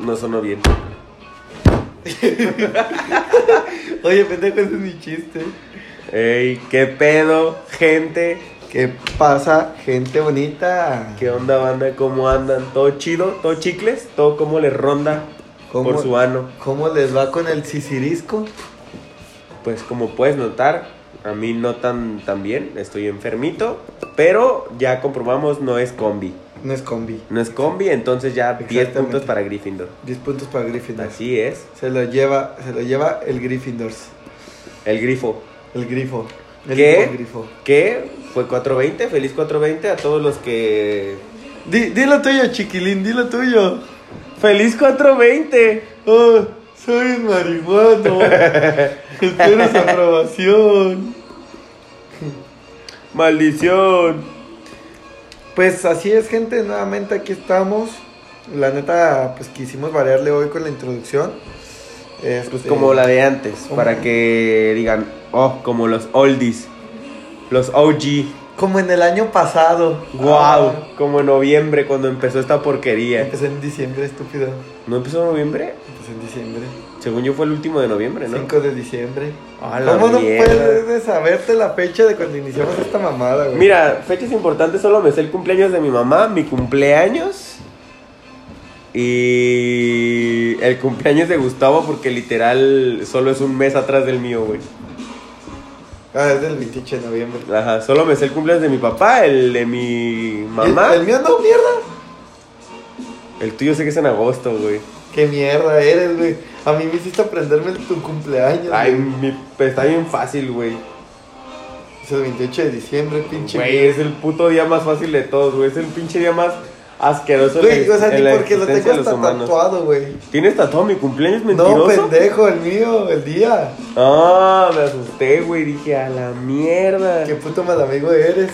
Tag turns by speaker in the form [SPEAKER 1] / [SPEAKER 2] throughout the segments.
[SPEAKER 1] No sonó bien.
[SPEAKER 2] Oye, pendejo, ese es mi chiste.
[SPEAKER 1] Ey, qué pedo, gente.
[SPEAKER 2] ¿Qué pasa, gente bonita?
[SPEAKER 1] ¿Qué onda, banda? ¿Cómo andan? ¿Todo chido? ¿Todo chicles? ¿Todo cómo les ronda
[SPEAKER 2] ¿Cómo-
[SPEAKER 1] por su ano?
[SPEAKER 2] ¿Cómo les va con el sisirisco?
[SPEAKER 1] Pues como puedes notar, a mí no tan, tan bien. Estoy enfermito. Pero ya comprobamos, no es combi.
[SPEAKER 2] No es combi.
[SPEAKER 1] No es combi, entonces ya 10
[SPEAKER 2] Exactamente.
[SPEAKER 1] puntos para Gryffindor.
[SPEAKER 2] 10 puntos para Gryffindor.
[SPEAKER 1] Así es.
[SPEAKER 2] Se lo lleva, se lo lleva el Gryffindor.
[SPEAKER 1] El grifo.
[SPEAKER 2] El grifo. El
[SPEAKER 1] ¿Qué?
[SPEAKER 2] mismo grifo.
[SPEAKER 1] Que fue 420. Feliz 420 a todos los que.
[SPEAKER 2] Di, di lo tuyo, chiquilín, di lo tuyo.
[SPEAKER 1] ¡Feliz 420!
[SPEAKER 2] Oh, soy un marihuano. Espero su aprobación.
[SPEAKER 1] ¡Maldición!
[SPEAKER 2] Pues así es, gente, nuevamente aquí estamos. La neta, pues quisimos variarle hoy con la introducción. Este,
[SPEAKER 1] Pues como la de antes,
[SPEAKER 2] ¿Cómo?
[SPEAKER 1] para que digan, oh, como los oldies, los OG.
[SPEAKER 2] Como en el año pasado.
[SPEAKER 1] Wow,
[SPEAKER 2] Ah,
[SPEAKER 1] como en noviembre cuando empezó esta porquería.
[SPEAKER 2] empezó en diciembre, estúpido.
[SPEAKER 1] ¿No empezó en noviembre?
[SPEAKER 2] Empezó en diciembre.
[SPEAKER 1] Según yo fue el último de noviembre, ¿no?
[SPEAKER 2] 5 de diciembre.
[SPEAKER 1] A la
[SPEAKER 2] ¿Cómo no
[SPEAKER 1] mierda.
[SPEAKER 2] puedes saberte la fecha de cuando iniciamos esta mamada, güey?
[SPEAKER 1] Mira, fechas importantes solo me sé el cumpleaños de mi mamá, mi cumpleaños y el cumpleaños de Gustavo porque literal solo es un mes atrás del mío, güey.
[SPEAKER 2] Ah, es del 28 de noviembre.
[SPEAKER 1] Ajá, solo me sé el cumpleaños de mi papá, el de mi mamá.
[SPEAKER 2] ¿El, el mío no, mierda?
[SPEAKER 1] El tuyo sé que es en agosto, güey.
[SPEAKER 2] ¿Qué mierda eres, güey? A mí me hiciste aprenderme tu cumpleaños.
[SPEAKER 1] Ay,
[SPEAKER 2] güey.
[SPEAKER 1] mi, pues, está bien fácil, güey.
[SPEAKER 2] Es el 28 de diciembre, pinche.
[SPEAKER 1] Güey, es el puto día más fácil de todos, güey. Es el pinche día más asqueroso en
[SPEAKER 2] Güey,
[SPEAKER 1] la-
[SPEAKER 2] o sea,
[SPEAKER 1] en
[SPEAKER 2] ni
[SPEAKER 1] la
[SPEAKER 2] porque lo tengo
[SPEAKER 1] existencia de
[SPEAKER 2] hasta
[SPEAKER 1] los humanos.
[SPEAKER 2] tatuado, güey.
[SPEAKER 1] ¿Tienes tatuado mi cumpleaños
[SPEAKER 2] No,
[SPEAKER 1] mentiroso?
[SPEAKER 2] pendejo, el mío, el día.
[SPEAKER 1] Ah, me asusté, güey. Dije, a la mierda.
[SPEAKER 2] Qué puto mal amigo eres.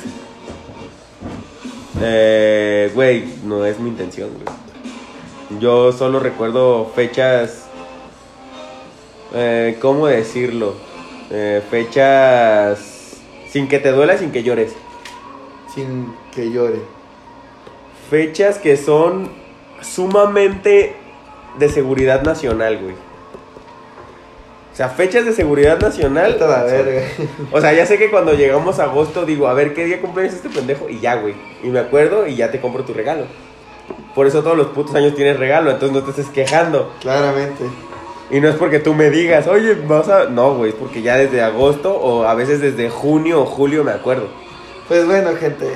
[SPEAKER 1] Eh, güey, no es mi intención, güey. Yo solo recuerdo fechas. Eh, ¿Cómo decirlo? Eh, fechas. Sin que te duela, sin que llores.
[SPEAKER 2] Sin que llore.
[SPEAKER 1] Fechas que son sumamente de seguridad nacional, güey. O sea, fechas de seguridad nacional.
[SPEAKER 2] Vete a la verga.
[SPEAKER 1] O sea, ya sé que cuando llegamos a agosto digo, a ver qué día cumpleaños este pendejo y ya, güey. Y me acuerdo y ya te compro tu regalo. Por eso todos los putos años tienes regalo, entonces no te estés quejando.
[SPEAKER 2] Claramente.
[SPEAKER 1] Y no es porque tú me digas, oye, vas a. No, güey, es porque ya desde agosto o a veces desde junio o julio me acuerdo.
[SPEAKER 2] Pues bueno, gente.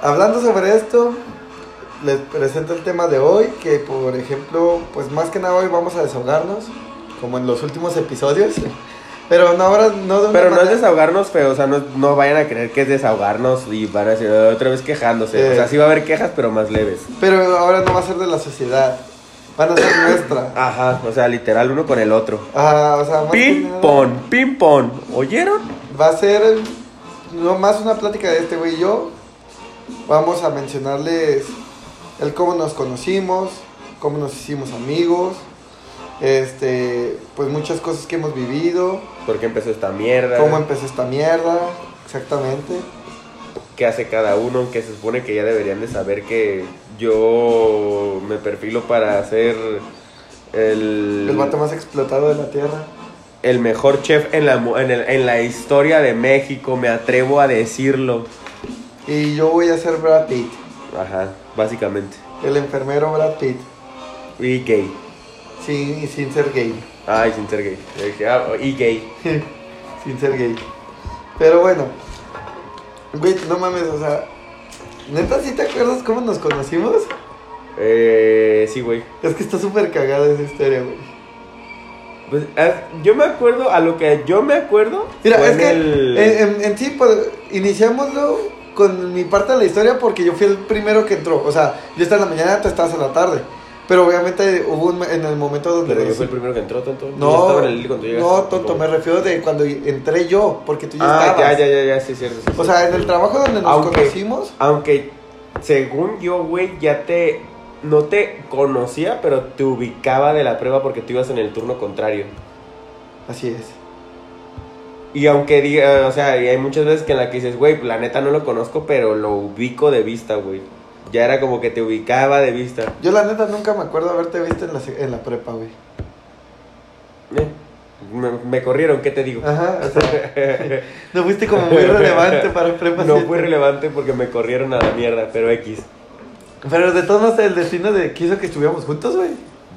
[SPEAKER 2] Hablando sobre esto, les presento el tema de hoy, que por ejemplo, pues más que nada hoy vamos a desahogarnos, como en los últimos episodios. Pero no ahora, no de una
[SPEAKER 1] Pero no es
[SPEAKER 2] manera-
[SPEAKER 1] desahogarnos feo, o sea, no, no vayan a creer que es desahogarnos y van a decir "Ah, otra vez quejándose.
[SPEAKER 2] Sí.
[SPEAKER 1] O sea, sí va a haber quejas, pero más leves.
[SPEAKER 2] Pero ahora no va a ser de la sociedad. Van a ser nuestra.
[SPEAKER 1] Ajá, o sea, literal uno con el otro.
[SPEAKER 2] Ah, o sea, más que
[SPEAKER 1] Ping
[SPEAKER 2] nada-
[SPEAKER 1] pong, ping pong. ¿Oyeron?
[SPEAKER 2] Va a ser nomás una plática de este güey y yo. Vamos a mencionarles el cómo nos conocimos, cómo nos hicimos amigos, este, pues muchas cosas que hemos vivido,
[SPEAKER 1] ¿Por qué empezó esta mierda?
[SPEAKER 2] cómo empezó esta mierda, exactamente.
[SPEAKER 1] qué hace cada uno, aunque se supone que ya deberían de saber que yo me perfilo para ser el,
[SPEAKER 2] El vato más explotado de la tierra.
[SPEAKER 1] el mejor chef en la, mu- en, el- en la historia de México, me atrevo a decirlo.
[SPEAKER 2] Y yo voy a ser Brad Pitt,
[SPEAKER 1] Ajá, básicamente.
[SPEAKER 2] el enfermero Brad Pitt,
[SPEAKER 1] Y gay.
[SPEAKER 2] sin, y sin ser gay.
[SPEAKER 1] Ay, sin ser gay. Yo dije, ah, Y gay.
[SPEAKER 2] sin ser gay. Pero bueno, güey, no mames, o sea, neta, si te acuerdas cómo nos conocimos?
[SPEAKER 1] Eh, sí, güey.
[SPEAKER 2] Es que está súper cagada esa historia, güey.
[SPEAKER 1] Pues, ah, yo me acuerdo, a lo que yo me acuerdo.
[SPEAKER 2] Mira,
[SPEAKER 1] fue
[SPEAKER 2] es
[SPEAKER 1] en
[SPEAKER 2] que
[SPEAKER 1] el-
[SPEAKER 2] en, en- en sí, pues, iniciámoslo con mi parte de la historia porque yo fui el primero que entró. O sea, yo estaba en la mañana, tú estabas en la tarde. Pero obviamente hubo un, en el momento donde...
[SPEAKER 1] Pero yo
[SPEAKER 2] nos-
[SPEAKER 1] fui el primero que entró, tonto. Yo
[SPEAKER 2] no,
[SPEAKER 1] estaba en el Lili cuando llegaste.
[SPEAKER 2] no, tonto, me refiero de cuando entré yo, porque tú ya
[SPEAKER 1] Ah,
[SPEAKER 2] estabas.
[SPEAKER 1] ya, ya, ya, ya, Ah, sí, cierto. sí, cierto.
[SPEAKER 2] O sea, en el trabajo donde nos
[SPEAKER 1] Aunque-
[SPEAKER 2] conocimos,
[SPEAKER 1] Aunque, según yo, güey, ya te. No te conocía, pero te ubicaba de la prueba porque tú ibas en el turno contrario.
[SPEAKER 2] así es.
[SPEAKER 1] Y aunque diga, o sea, y hay muchas veces que en la que dices, güey, la neta no lo conozco, pero lo ubico de vista, güey. Ya era como que te ubicaba de vista.
[SPEAKER 2] Yo la neta nunca me acuerdo haberte visto en la, sec- en la prepa, güey.
[SPEAKER 1] Eh, me, me corrieron, ¿qué te digo?
[SPEAKER 2] Ajá, o sea, no fuiste Ah. como muy relevante para prepa.
[SPEAKER 1] no
[SPEAKER 2] siete.
[SPEAKER 1] fue relevante porque me corrieron a la mierda, pero X,
[SPEAKER 2] Pero de todos modos, el destino de quiso que estuviéramos juntos, güey.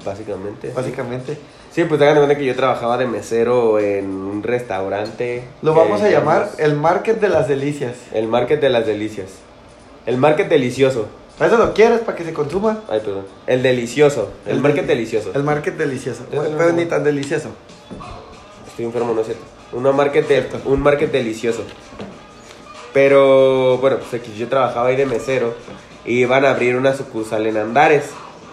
[SPEAKER 1] básicamente.
[SPEAKER 2] Básicamente.
[SPEAKER 1] Sí, pues hagan de cuenta que yo trabajaba de mesero en un restaurante.
[SPEAKER 2] Lo
[SPEAKER 1] que
[SPEAKER 2] Eh, vamos a llamar
[SPEAKER 1] llamamos
[SPEAKER 2] el market de las delicias.
[SPEAKER 1] El Market de las Delicias. El Market Delicioso.
[SPEAKER 2] Para eso lo quieres, para que se consuma.
[SPEAKER 1] Ay, perdón. El Delicioso. El,
[SPEAKER 2] El
[SPEAKER 1] Market
[SPEAKER 2] del-
[SPEAKER 1] Delicioso.
[SPEAKER 2] El market delicioso.
[SPEAKER 1] Yo
[SPEAKER 2] Bueno,
[SPEAKER 1] también
[SPEAKER 2] pero
[SPEAKER 1] como-
[SPEAKER 2] ni tan delicioso.
[SPEAKER 1] Estoy enfermo, no es cierto. Una market de-
[SPEAKER 2] Cierto.
[SPEAKER 1] un market delicioso. Pero, bueno, pues aquí yo trabajaba ahí de mesero. Y iban a abrir una sucursal en Andares.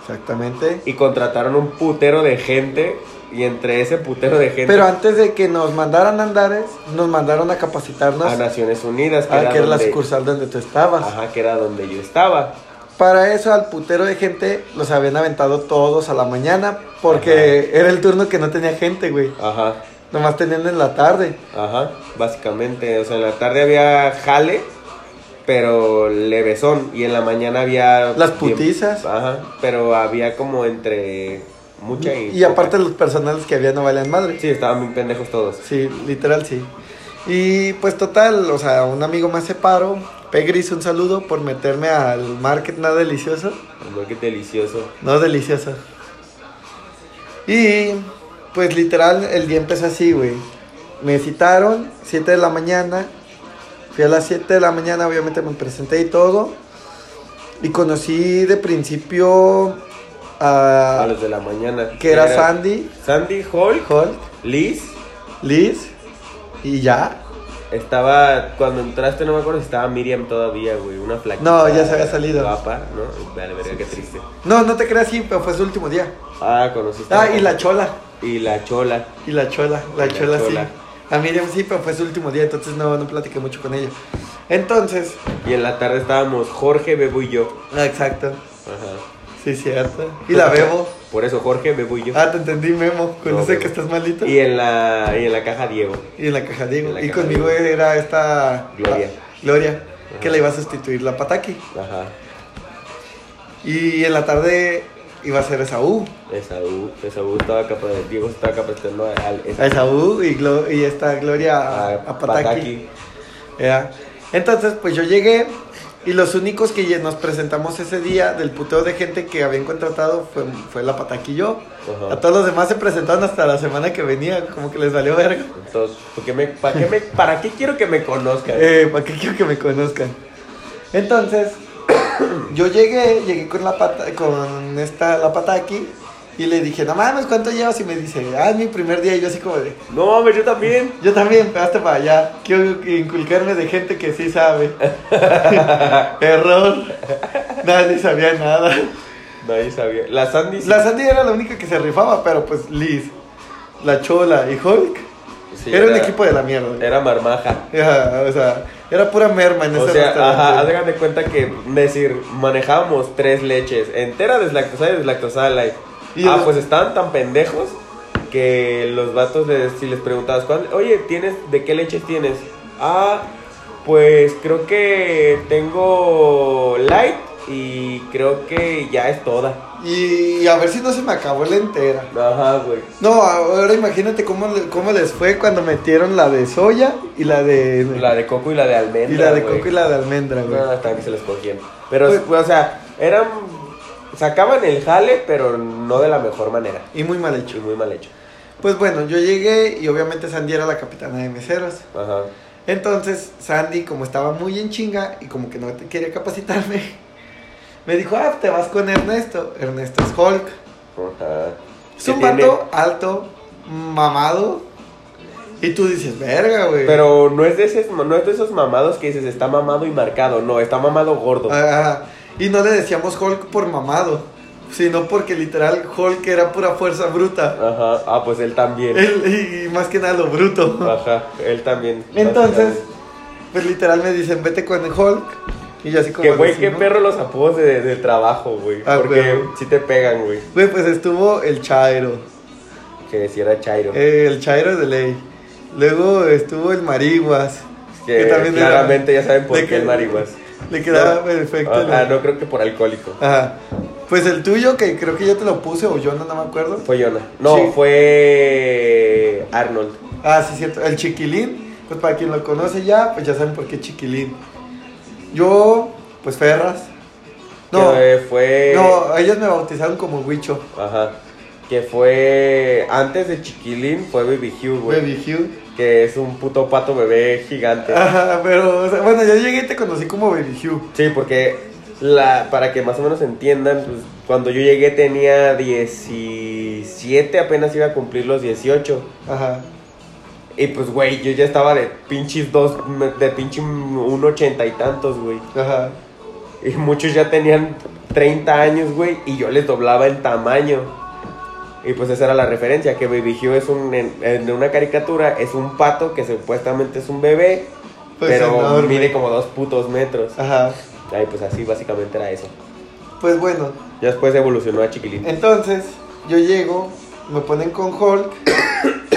[SPEAKER 2] Exactamente.
[SPEAKER 1] Y contrataron un putero de gente. Y entre ese putero de gente
[SPEAKER 2] Pero antes de que nos mandaran a Andares, nos mandaron a capacitarnos
[SPEAKER 1] a Naciones Unidas.
[SPEAKER 2] a Ah, que era la
[SPEAKER 1] donde-
[SPEAKER 2] sucursal donde tú estabas.
[SPEAKER 1] Ajá, que era donde yo estaba.
[SPEAKER 2] Para eso al putero de gente los habían aventado todos a la mañana porque era el turno que no tenía gente, güey.
[SPEAKER 1] Ajá.
[SPEAKER 2] Nomás tenían en la tarde.
[SPEAKER 1] Ajá, básicamente, o sea, en la tarde había jale, pero levesón, y en la mañana había...
[SPEAKER 2] Las putizas.
[SPEAKER 1] Ajá, pero había como entre mucha y...
[SPEAKER 2] Y aparte los personales que había no valían madre.
[SPEAKER 1] Sí, estaban bien pendejos todos.
[SPEAKER 2] Sí, literal, sí. Y pues total, o sea, un amigo más se paró. Pegris, un saludo por meterme al market nada delicioso.
[SPEAKER 1] Amor, qué delicioso.
[SPEAKER 2] No delicioso. Y pues literal, el día empezó así, güey. Me citaron, 7 de la mañana. Fui a las 7 de la mañana, obviamente me presenté y todo. Y conocí de principio
[SPEAKER 1] A
[SPEAKER 2] a...
[SPEAKER 1] los de la mañana.
[SPEAKER 2] que Ah. era Sandy,
[SPEAKER 1] Sandy, Hulk,
[SPEAKER 2] Holt,
[SPEAKER 1] Liz,
[SPEAKER 2] Liz y ya.
[SPEAKER 1] estaba... Cuando entraste, no me acuerdo si estaba Miriam todavía, güey, una flaquita.
[SPEAKER 2] No, ya se había salido.
[SPEAKER 1] Guapa, ¿no? Vale, verga, qué triste.
[SPEAKER 2] No, no te creas, sí, pero fue su último día.
[SPEAKER 1] Ah, conociste. a-
[SPEAKER 2] Ah, y la chola.
[SPEAKER 1] Y la chola.
[SPEAKER 2] Y la chola, la
[SPEAKER 1] Y la
[SPEAKER 2] chola,
[SPEAKER 1] Chola.
[SPEAKER 2] sí. A Miriam sí, pero fue su último día, entonces no, no platiqué mucho con ella. Entonces,
[SPEAKER 1] Y en la tarde estábamos Jorge, Bebo y yo.
[SPEAKER 2] ah, exacto.
[SPEAKER 1] Ajá.
[SPEAKER 2] Sí, cierto. Y la bebo.
[SPEAKER 1] Por eso Jorge, Bebo y yo.
[SPEAKER 2] Ah, te entendí, Memo. Con
[SPEAKER 1] No,
[SPEAKER 2] ese
[SPEAKER 1] Bebo.
[SPEAKER 2] que estás malito.
[SPEAKER 1] Y en la y en la caja Diego.
[SPEAKER 2] Y en la caja
[SPEAKER 1] En
[SPEAKER 2] digo.
[SPEAKER 1] la
[SPEAKER 2] Y
[SPEAKER 1] caja
[SPEAKER 2] conmigo
[SPEAKER 1] Diego.
[SPEAKER 2] era esta.
[SPEAKER 1] Gloria.
[SPEAKER 2] la- Gloria. Que le iba a sustituir la pataki.
[SPEAKER 1] Ajá.
[SPEAKER 2] Y en la tarde iba a ser Esaú.
[SPEAKER 1] Esaú, Esaú estaba capa Diego estaba capacitando al
[SPEAKER 2] A Esaú y, Glo- y esta Gloria a,
[SPEAKER 1] a-
[SPEAKER 2] a pataki. Ya. Entonces, pues yo llegué y los únicos que ye- nos presentamos ese día del puteo de gente que habían contratado fue, fue la Pataki y yo.
[SPEAKER 1] Ajá.
[SPEAKER 2] A todos los demás se presentaron hasta la semana que venía, como que les valió verga.
[SPEAKER 1] Entonces, ¿por qué me, para, qué me, ¿para qué quiero que me conozcan?
[SPEAKER 2] Eh, ¿Para qué quiero que me conozcan? Entonces, yo llegué, llegué con la pata, con esta, la Pataki y le dije, no mames, ¿cuánto llevas? Y me dice, ah, es mi primer día. Y yo así como de,
[SPEAKER 1] No mames, yo también.
[SPEAKER 2] yo también, pegaste para allá. Quiero inculcarme de gente que sí sabe. Error. Nadie sabía nada.
[SPEAKER 1] Nadie sabía. La Sandy sí-
[SPEAKER 2] La Sandy era la única que se rifaba, pero pues Liz, la Chola y Hulk.
[SPEAKER 1] sí,
[SPEAKER 2] era, un equipo de la mierda.
[SPEAKER 1] era marmaja.
[SPEAKER 2] Ajá, o sea, era pura merma en
[SPEAKER 1] O
[SPEAKER 2] ese
[SPEAKER 1] sea,
[SPEAKER 2] restaurante.
[SPEAKER 1] ajá, hagan de cuenta que, decir, manejábamos tres leches, entera deslactosada y deslactosada light.
[SPEAKER 2] Y
[SPEAKER 1] ah,
[SPEAKER 2] el-
[SPEAKER 1] pues estaban tan pendejos que los vatos, les- si les preguntabas, ¿cuál, oye, ¿tienes, ¿de qué leches tienes? Ah, pues creo que tengo light y creo que ya es toda.
[SPEAKER 2] Y a ver si no se me acabó la entera.
[SPEAKER 1] Ajá, güey.
[SPEAKER 2] No, ahora imagínate cómo, le- cómo les fue cuando metieron la de soya y la de.
[SPEAKER 1] La de coco y la de almendra.
[SPEAKER 2] y la de
[SPEAKER 1] güey.
[SPEAKER 2] coco y la de almendra, güey.
[SPEAKER 1] No, hasta que se los cogían. Pero,
[SPEAKER 2] Pues-
[SPEAKER 1] pues, o sea, eran. Sacaban el jale, pero no de la mejor manera.
[SPEAKER 2] Y muy mal
[SPEAKER 1] Y
[SPEAKER 2] hecho.
[SPEAKER 1] muy mal hecho.
[SPEAKER 2] Pues bueno, yo llegué y obviamente Sandy era la capitana de meseros.
[SPEAKER 1] Ajá.
[SPEAKER 2] Entonces Sandy, como estaba muy en chinga y como que no te quería capacitarme, me dijo, ah, te vas con Ernesto. Ernesto es Hulk.
[SPEAKER 1] Ajá.
[SPEAKER 2] Es
[SPEAKER 1] Que
[SPEAKER 2] un
[SPEAKER 1] tiene-
[SPEAKER 2] vato alto, mamado. Y tú dices, verga, güey.
[SPEAKER 1] Pero no es, de esos, no es de esos mamados que dices está mamado y marcado. No, está mamado gordo.
[SPEAKER 2] Ah, y no le decíamos Hulk por mamado, sino porque literal Hulk era pura fuerza bruta.
[SPEAKER 1] Ajá. Ah, pues él también.
[SPEAKER 2] Él- y más que nada lo bruto.
[SPEAKER 1] Ajá. Él también.
[SPEAKER 2] Entonces, pues literal me dicen, vete con el Hulk. Y yo así como...
[SPEAKER 1] Que güey,
[SPEAKER 2] así,
[SPEAKER 1] qué
[SPEAKER 2] ¿no?
[SPEAKER 1] perro los apodos de, del trabajo, güey.
[SPEAKER 2] Ah,
[SPEAKER 1] Porque
[SPEAKER 2] güey.
[SPEAKER 1] si te pegan, güey.
[SPEAKER 2] Güey, pues estuvo el Chairo.
[SPEAKER 1] Que si era Chairo.
[SPEAKER 2] eh, el Chairo de ley. Luego estuvo el Mariguas.
[SPEAKER 1] que,
[SPEAKER 2] también era-
[SPEAKER 1] claramente ya saben por
[SPEAKER 2] de
[SPEAKER 1] qué
[SPEAKER 2] que-
[SPEAKER 1] el Mariguas.
[SPEAKER 2] Le quedaba
[SPEAKER 1] No.
[SPEAKER 2] perfecto. el-
[SPEAKER 1] Ah, no creo que por alcohólico.
[SPEAKER 2] Ajá. Pues el tuyo, que creo que yo te lo puse o yo no, no me acuerdo.
[SPEAKER 1] Fue Jonah. No,
[SPEAKER 2] Sí.
[SPEAKER 1] fue Arnold.
[SPEAKER 2] Ah, sí, cierto. El chiquilín. Pues para quien lo conoce ya, pues ya saben por qué chiquilín. Yo, pues Ferras. No,
[SPEAKER 1] Que fue.
[SPEAKER 2] no, ellos me bautizaron como Huicho.
[SPEAKER 1] Ajá. Que fue. Antes de Chiquilín fue Baby Hugh, güey.
[SPEAKER 2] Baby Hugh.
[SPEAKER 1] Que es un puto pato bebé gigante.
[SPEAKER 2] Ajá, pero, o sea, bueno, yo llegué y te conocí como Baby Hugh.
[SPEAKER 1] Sí, porque la, para que más o menos entiendan, pues, cuando yo llegué tenía 17, apenas iba a cumplir los 18.
[SPEAKER 2] Ajá.
[SPEAKER 1] Y pues, güey, yo ya estaba de pinches dos, de pinche un ochenta y tantos, güey.
[SPEAKER 2] Ajá.
[SPEAKER 1] Y muchos ya tenían 30 años, güey, y yo les doblaba el tamaño. Y pues esa era la referencia, que Baby Hugh es un, en, en una caricatura, es un pato que supuestamente es un bebé,
[SPEAKER 2] Pues
[SPEAKER 1] pero
[SPEAKER 2] enorme.
[SPEAKER 1] mide como dos putos metros.
[SPEAKER 2] Ajá.
[SPEAKER 1] Ahí pues así básicamente era eso.
[SPEAKER 2] Pues bueno,
[SPEAKER 1] Ya después evolucionó a Chiquilín.
[SPEAKER 2] entonces yo llego, me ponen con Hulk.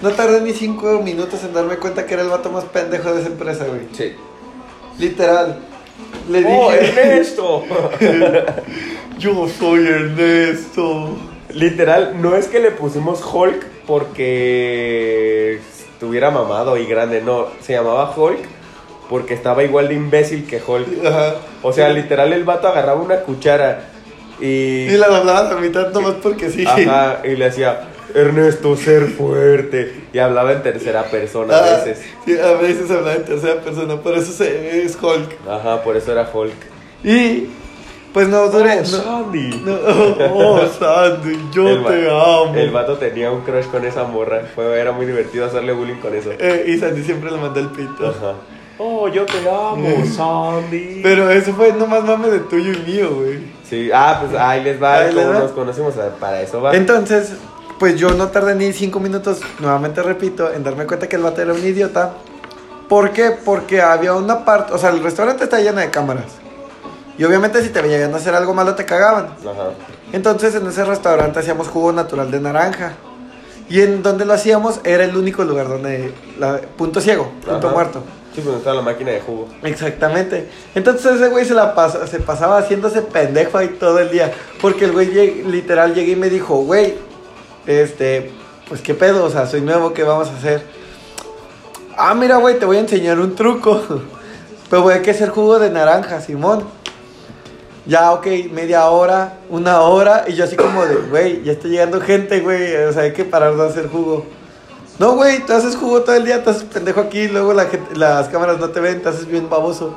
[SPEAKER 2] No tardé ni cinco minutos en darme cuenta que era el vato más pendejo de esa empresa, güey.
[SPEAKER 1] Sí.
[SPEAKER 2] Literal. Le
[SPEAKER 1] ¡Oh,
[SPEAKER 2] dije,
[SPEAKER 1] Ernesto!
[SPEAKER 2] yo soy Ernesto.
[SPEAKER 1] Literal, no es que le pusimos Hulk porque estuviera mamado y grande, no. Se llamaba Hulk porque estaba igual de imbécil que Hulk.
[SPEAKER 2] Ajá.
[SPEAKER 1] O sea, literal el vato agarraba una cuchara y,
[SPEAKER 2] Y la doblaba a la mitad nomás porque sí.
[SPEAKER 1] Ajá, y le hacía Ernesto ser fuerte y hablaba en tercera persona
[SPEAKER 2] Ah,
[SPEAKER 1] a veces.
[SPEAKER 2] sí, a veces hablaba en tercera persona, por eso se, es Hulk.
[SPEAKER 1] Ajá, por eso era Hulk.
[SPEAKER 2] Y pues no
[SPEAKER 1] Oh,
[SPEAKER 2] duré. no,
[SPEAKER 1] Sandy.
[SPEAKER 2] no, oh, Sandy, yo
[SPEAKER 1] El va-
[SPEAKER 2] te amo.
[SPEAKER 1] El vato tenía un crush con esa morra. Fue, era muy divertido hacerle bullying con eso.
[SPEAKER 2] Eh, y Sandy siempre le mandó el pito.
[SPEAKER 1] Ajá. Oh, yo te amo, Sandy.
[SPEAKER 2] Pero eso fue nomás mame de tuyo y mío, güey.
[SPEAKER 1] Sí, ah, pues ahí les va.
[SPEAKER 2] Ahí les
[SPEAKER 1] como
[SPEAKER 2] va.
[SPEAKER 1] nos conocimos a- para eso, va.
[SPEAKER 2] Entonces, pues yo no tardé ni cinco minutos, nuevamente repito, en darme cuenta que el vato era un idiota. ¿Por qué? Porque había una parte, o sea, el restaurante está lleno de cámaras. Y obviamente si te veían hacer algo malo te cagaban.
[SPEAKER 1] Ajá.
[SPEAKER 2] Entonces en ese restaurante hacíamos jugo natural de naranja. Y en donde lo hacíamos era el único lugar donde... la- punto ciego, punto
[SPEAKER 1] Ajá.
[SPEAKER 2] muerto.
[SPEAKER 1] Sí, pues estaba la máquina de jugo.
[SPEAKER 2] Exactamente. Entonces ese güey se la pas- se pasaba haciéndose pendejo ahí todo el día. Porque el güey lleg- literal llegué y me dijo, güey, este, pues qué pedo, o sea, soy nuevo, ¿qué vamos a hacer? Ah, mira, güey, te voy a enseñar un truco. Pero voy a que hacer jugo de naranja, Simón. Ya, ok, media hora, una hora, y yo así como de, güey, ya está llegando gente, güey, o sea, hay que parar de hacer jugo. No, güey, tú haces jugo todo el día, te haces pendejo aquí, luego la gente- las cámaras no te ven, te haces bien baboso.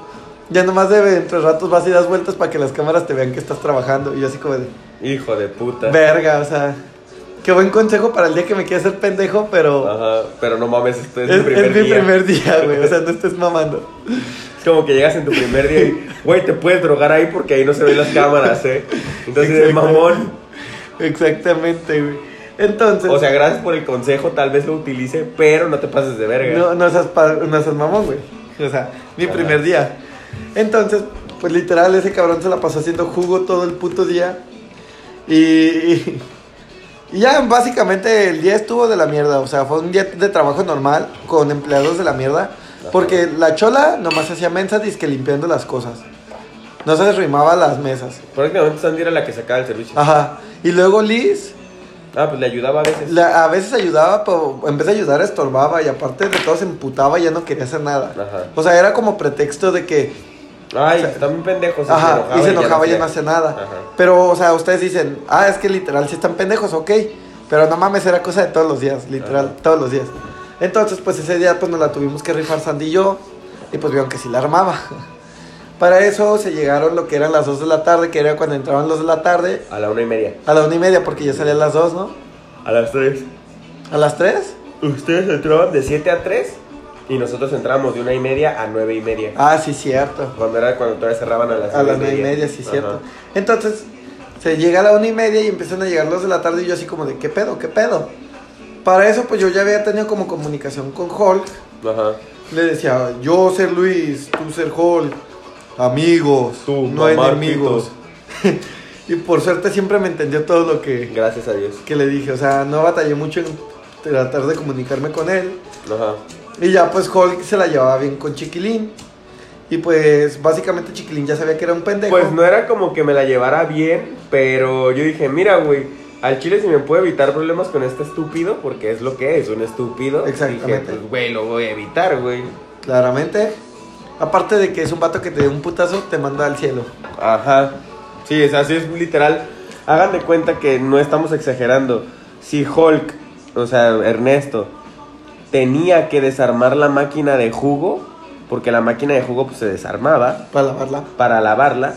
[SPEAKER 2] Ya nomás de entre ratos vas y das vueltas para que las cámaras te vean que estás trabajando. Y yo así como de,
[SPEAKER 1] Hijo de puta.
[SPEAKER 2] verga, o sea, qué buen consejo para el día que me quiera hacer pendejo, pero
[SPEAKER 1] Ajá, pero no mames, este Ah, es,
[SPEAKER 2] es,
[SPEAKER 1] mi primer
[SPEAKER 2] es mi
[SPEAKER 1] día.
[SPEAKER 2] primer día, güey, o sea, no estés mamando.
[SPEAKER 1] Es como que llegas en tu primer día y, güey, te puedes drogar ahí porque ahí no se ven las cámaras, ¿eh? Entonces,
[SPEAKER 2] Exacto.
[SPEAKER 1] mamón.
[SPEAKER 2] Exactamente, güey. Entonces,
[SPEAKER 1] O sea, gracias por el consejo, tal vez lo utilice, pero no te pases de verga.
[SPEAKER 2] No, no seas, pa- no seas mamón, güey. O sea, mi
[SPEAKER 1] Ajá.
[SPEAKER 2] primer día. Entonces, pues literal, ese cabrón se la pasó haciendo jugo todo el puto día. Y, y, y ya básicamente el día estuvo de la mierda. O sea, fue un día de trabajo normal con empleados de la mierda. Porque la chola nomás hacía mensas disque limpiando las cosas. No se arrimaba las mesas.
[SPEAKER 1] Prácticamente Sandy era la que sacaba el servicio. Ah,
[SPEAKER 2] Ajá. Y luego Liz
[SPEAKER 1] pues le ayudaba a veces.
[SPEAKER 2] la- a veces ayudaba, pero en vez de ayudar estorbaba y aparte de todo se emputaba y ya no quería hacer nada.
[SPEAKER 1] Ajá.
[SPEAKER 2] O sea, era como pretexto de que,
[SPEAKER 1] Ay, también pendejos.
[SPEAKER 2] ajá, y se enojaba y ya no
[SPEAKER 1] hacía.
[SPEAKER 2] hacía nada.
[SPEAKER 1] Ajá.
[SPEAKER 2] Pero, o sea, ustedes dicen, ah, es que literal, si están pendejos, ok. Pero no mames, era cosa de todos los días, literal,
[SPEAKER 1] Ajá.
[SPEAKER 2] todos los días. Entonces, pues ese día, pues nos la tuvimos que rifar Sandy y yo. Y pues vieron que sí la armaba. Para eso se llegaron lo que eran las 2 de la tarde, que era cuando entraban los de la tarde,
[SPEAKER 1] A la una y media.
[SPEAKER 2] a la una y media, porque ya salía a las 2, ¿no?
[SPEAKER 1] A las tres.
[SPEAKER 2] A las 3.
[SPEAKER 1] Ustedes entraban de 7 a 3 y nosotros entramos de una y media a nueve y media.
[SPEAKER 2] Ah, sí, cierto.
[SPEAKER 1] Cuando era cuando todavía cerraban a las
[SPEAKER 2] A
[SPEAKER 1] nueve
[SPEAKER 2] las nueve y media, sí,
[SPEAKER 1] Ajá.
[SPEAKER 2] cierto. Entonces, se llega a la una y media y empiezan a llegar las de la tarde y yo así como de, ¿qué pedo? ¿Qué pedo? Para eso, pues yo ya había tenido como comunicación con Hulk.
[SPEAKER 1] Ajá.
[SPEAKER 2] Le decía, yo ser Luis, tú ser Hulk, amigos,
[SPEAKER 1] Tú,
[SPEAKER 2] no
[SPEAKER 1] mamar
[SPEAKER 2] enemigos. y por suerte siempre me entendió todo lo que,
[SPEAKER 1] Gracias a Dios.
[SPEAKER 2] que le dije. O sea, no batallé mucho en tratar de comunicarme con él.
[SPEAKER 1] Ajá.
[SPEAKER 2] Y ya pues Hulk se la llevaba bien con Chiquilín. Y pues básicamente Chiquilín ya sabía que era un pendejo.
[SPEAKER 1] Pues no era como que me la llevara bien, pero yo dije, mira, güey, al chile si me puedo evitar problemas con este estúpido, porque es lo que es, un estúpido.
[SPEAKER 2] Exactamente.
[SPEAKER 1] Dije, pues, güey, lo voy a evitar, güey.
[SPEAKER 2] Claramente. Aparte de que es un vato que te dé un putazo, te manda al cielo.
[SPEAKER 1] Ajá. Sí, es así, es literal. Hagan de cuenta que no estamos exagerando. Si Hulk, o sea, Ernesto, tenía que desarmar la máquina de jugo, porque la máquina de jugo pues, se desarmaba
[SPEAKER 2] Para lavarla.
[SPEAKER 1] para lavarla,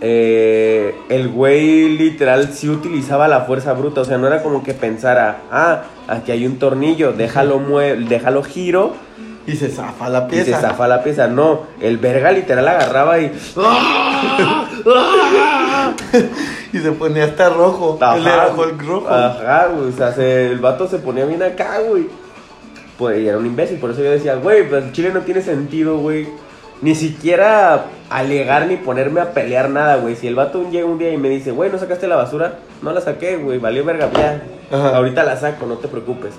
[SPEAKER 1] eh, el güey literal sí utilizaba la fuerza bruta. O sea, no era como que pensara, ah, aquí hay un tornillo, déjalo, mue- déjalo giro
[SPEAKER 2] Y se zafa la
[SPEAKER 1] y
[SPEAKER 2] pieza.
[SPEAKER 1] se zafa la pieza. No, el verga literal agarraba y.
[SPEAKER 2] Y se ponía hasta rojo. Él era Hulk rojo.
[SPEAKER 1] Ajá, güey. O sea, se- el vato se ponía bien acá, güey. Pues y era un imbécil, por eso yo decía, güey, pues Chile no tiene sentido, güey. Ni siquiera alegar ni ponerme a pelear nada, güey. Si el vato un- llega un día y me dice, güey, ¿no sacaste la basura? No la saqué, güey, valió verga, ya.
[SPEAKER 2] Ajá.
[SPEAKER 1] Ahorita la saco, no te preocupes.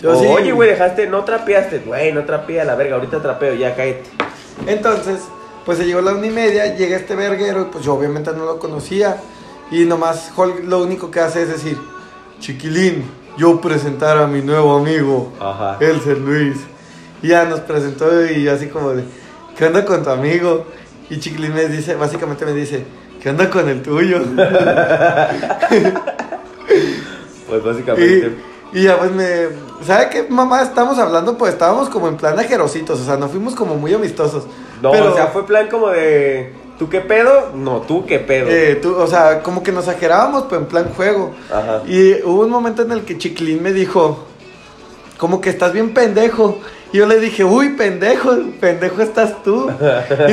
[SPEAKER 2] Yo
[SPEAKER 1] O,
[SPEAKER 2] sí.
[SPEAKER 1] Oye, güey, dejaste, no trapeaste, güey, no trapea la verga, ahorita trapeo, ya cállate.
[SPEAKER 2] Entonces, pues se llegó la una y media, llega este verguero, y pues yo obviamente no lo conocía. Y nomás Hulk lo único que hace es decir, chiquilín, yo presentar a mi nuevo amigo,
[SPEAKER 1] Ajá.
[SPEAKER 2] el San Luis. Y ya nos presentó y yo así como de, ¿qué onda con tu amigo? Y chiquilín me dice, básicamente me dice, ¿qué onda con el tuyo?
[SPEAKER 1] Pues básicamente.
[SPEAKER 2] y, y ya pues me... ¿Sabe qué, mamá? Estamos hablando, pues estábamos como en plan ajerositos, o sea, no fuimos como muy amistosos.
[SPEAKER 1] No, o sea, fue plan como de. ¿Tú qué pedo? No, tú qué pedo.
[SPEAKER 2] Eh, tú- o sea, como que nos exagerábamos, pero en plan juego.
[SPEAKER 1] Ajá.
[SPEAKER 2] Y hubo un momento en el que Chiclín me dijo, como que estás bien pendejo. Y yo le dije, uy, pendejo, pendejo estás tú. Y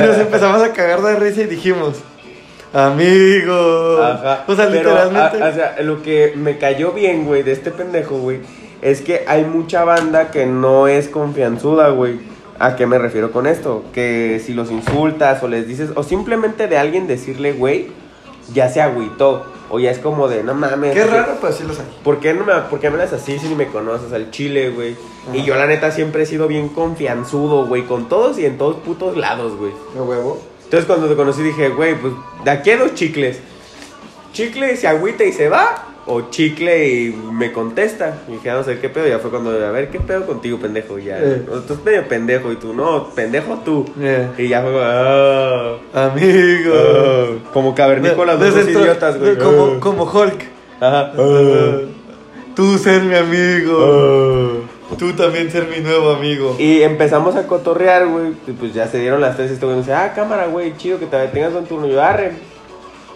[SPEAKER 2] nos empezamos a cagar de risa y dijimos, amigo.
[SPEAKER 1] Ajá.
[SPEAKER 2] O sea,
[SPEAKER 1] Pero,
[SPEAKER 2] literalmente.
[SPEAKER 1] a- o sea, lo que me cayó bien, güey, de este pendejo, güey, es que hay mucha banda que no es confianzuda, güey. ¿A qué me refiero con esto? Que si los insultas o les dices, o simplemente de alguien decirle, güey, ya se agüitó. O ya es como de, no mames.
[SPEAKER 2] Qué
[SPEAKER 1] o sea,
[SPEAKER 2] raro, pero sí los hay.
[SPEAKER 1] ¿Por qué, no me, ¿Por qué me hablas así si ni me conoces al chile, güey? Y yo, la neta, siempre he sido bien confianzudo, güey, con todos y en todos putos lados, güey.
[SPEAKER 2] De huevo.
[SPEAKER 1] Entonces cuando te conocí dije, güey, pues de aquí a dos chicles. Chicle se agüita y se va. O chicle y me contesta. Y dije, "Ah, no sé qué pedo. Ya fue cuando, a ver, qué pedo contigo, pendejo. Y ya,
[SPEAKER 2] Eh.
[SPEAKER 1] "No, tú estás medio pendejo. Y tú, no, pendejo tú.
[SPEAKER 2] Eh.
[SPEAKER 1] Y ya fue, como, "Ah,
[SPEAKER 2] Amigo.
[SPEAKER 1] ah". como cavernícolas, los dos
[SPEAKER 2] Desde esto-
[SPEAKER 1] idiotas, güey. Ah.
[SPEAKER 2] Como, como Hulk.
[SPEAKER 1] Ajá.
[SPEAKER 2] Tú ser mi amigo.
[SPEAKER 1] Ah.
[SPEAKER 2] Tú también ser mi nuevo amigo.
[SPEAKER 1] Y empezamos a cotorrear, güey. Y pues ya se dieron las tres. Y este güey me dice, ah, cámara, güey, chido que te tengas buen turno. Y yo, arre.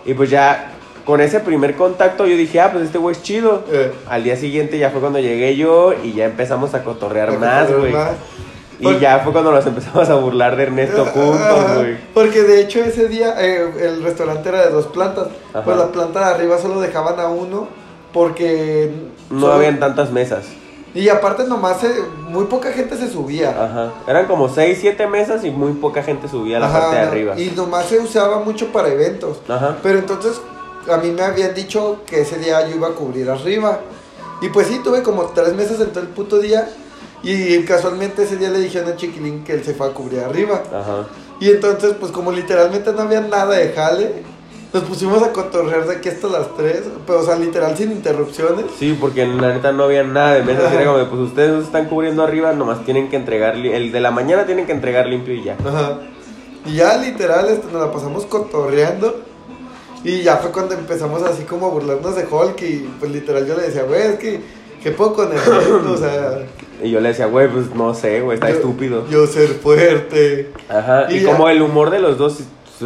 [SPEAKER 1] Y pues ya con ese primer contacto yo dije, ah, pues este güey es chido.
[SPEAKER 2] Eh.
[SPEAKER 1] Al día siguiente ya fue cuando llegué yo y ya empezamos a cotorrear
[SPEAKER 2] Para
[SPEAKER 1] más,
[SPEAKER 2] cotorrear
[SPEAKER 1] güey.
[SPEAKER 2] más.
[SPEAKER 1] Y ya fue cuando nos empezamos a burlar de Ernesto juntos,
[SPEAKER 2] Ajá,
[SPEAKER 1] güey.
[SPEAKER 2] Porque de hecho ese día eh, el restaurante era de dos plantas.
[SPEAKER 1] Ajá.
[SPEAKER 2] Pues la planta de arriba solo dejaban a uno porque...
[SPEAKER 1] No
[SPEAKER 2] solo-
[SPEAKER 1] habían tantas mesas.
[SPEAKER 2] Y aparte nomás eh, muy poca gente se subía.
[SPEAKER 1] Ajá. Eran como 6, 7 mesas y muy poca gente subía a la
[SPEAKER 2] Ajá,
[SPEAKER 1] parte de
[SPEAKER 2] ajá.
[SPEAKER 1] arriba.
[SPEAKER 2] Y nomás se usaba mucho para eventos.
[SPEAKER 1] Ajá.
[SPEAKER 2] Pero entonces a mí me habían dicho que ese día yo iba a cubrir arriba. Y pues sí, tuve como tres meses en todo el puto día. Y casualmente ese día le dijeron a Chiquilín que él se fue a cubrir arriba.
[SPEAKER 1] Ajá.
[SPEAKER 2] Y entonces, pues como literalmente no había nada de jale, nos pusimos a cotorrear de aquí hasta las 3, pero o sea, literal sin interrupciones.
[SPEAKER 1] Sí, porque la neta no había nada de mesas. Era como, de, pues ustedes nos están cubriendo arriba, nomás tienen que entregar. li- El de la mañana tienen que entregar limpio y ya.
[SPEAKER 2] Ajá. Y ya literal este, nos la pasamos cotorreando. Y ya fue cuando empezamos así como a burlarnos de Hulk y pues literal yo le decía, güey, es que, ¿qué puedo con el resto? O sea,
[SPEAKER 1] Y yo le decía, güey, pues no sé, güey, está
[SPEAKER 2] yo-
[SPEAKER 1] estúpido.
[SPEAKER 2] Yo ser fuerte.
[SPEAKER 1] Ajá. Y,
[SPEAKER 2] Y ya.
[SPEAKER 1] como el humor de los dos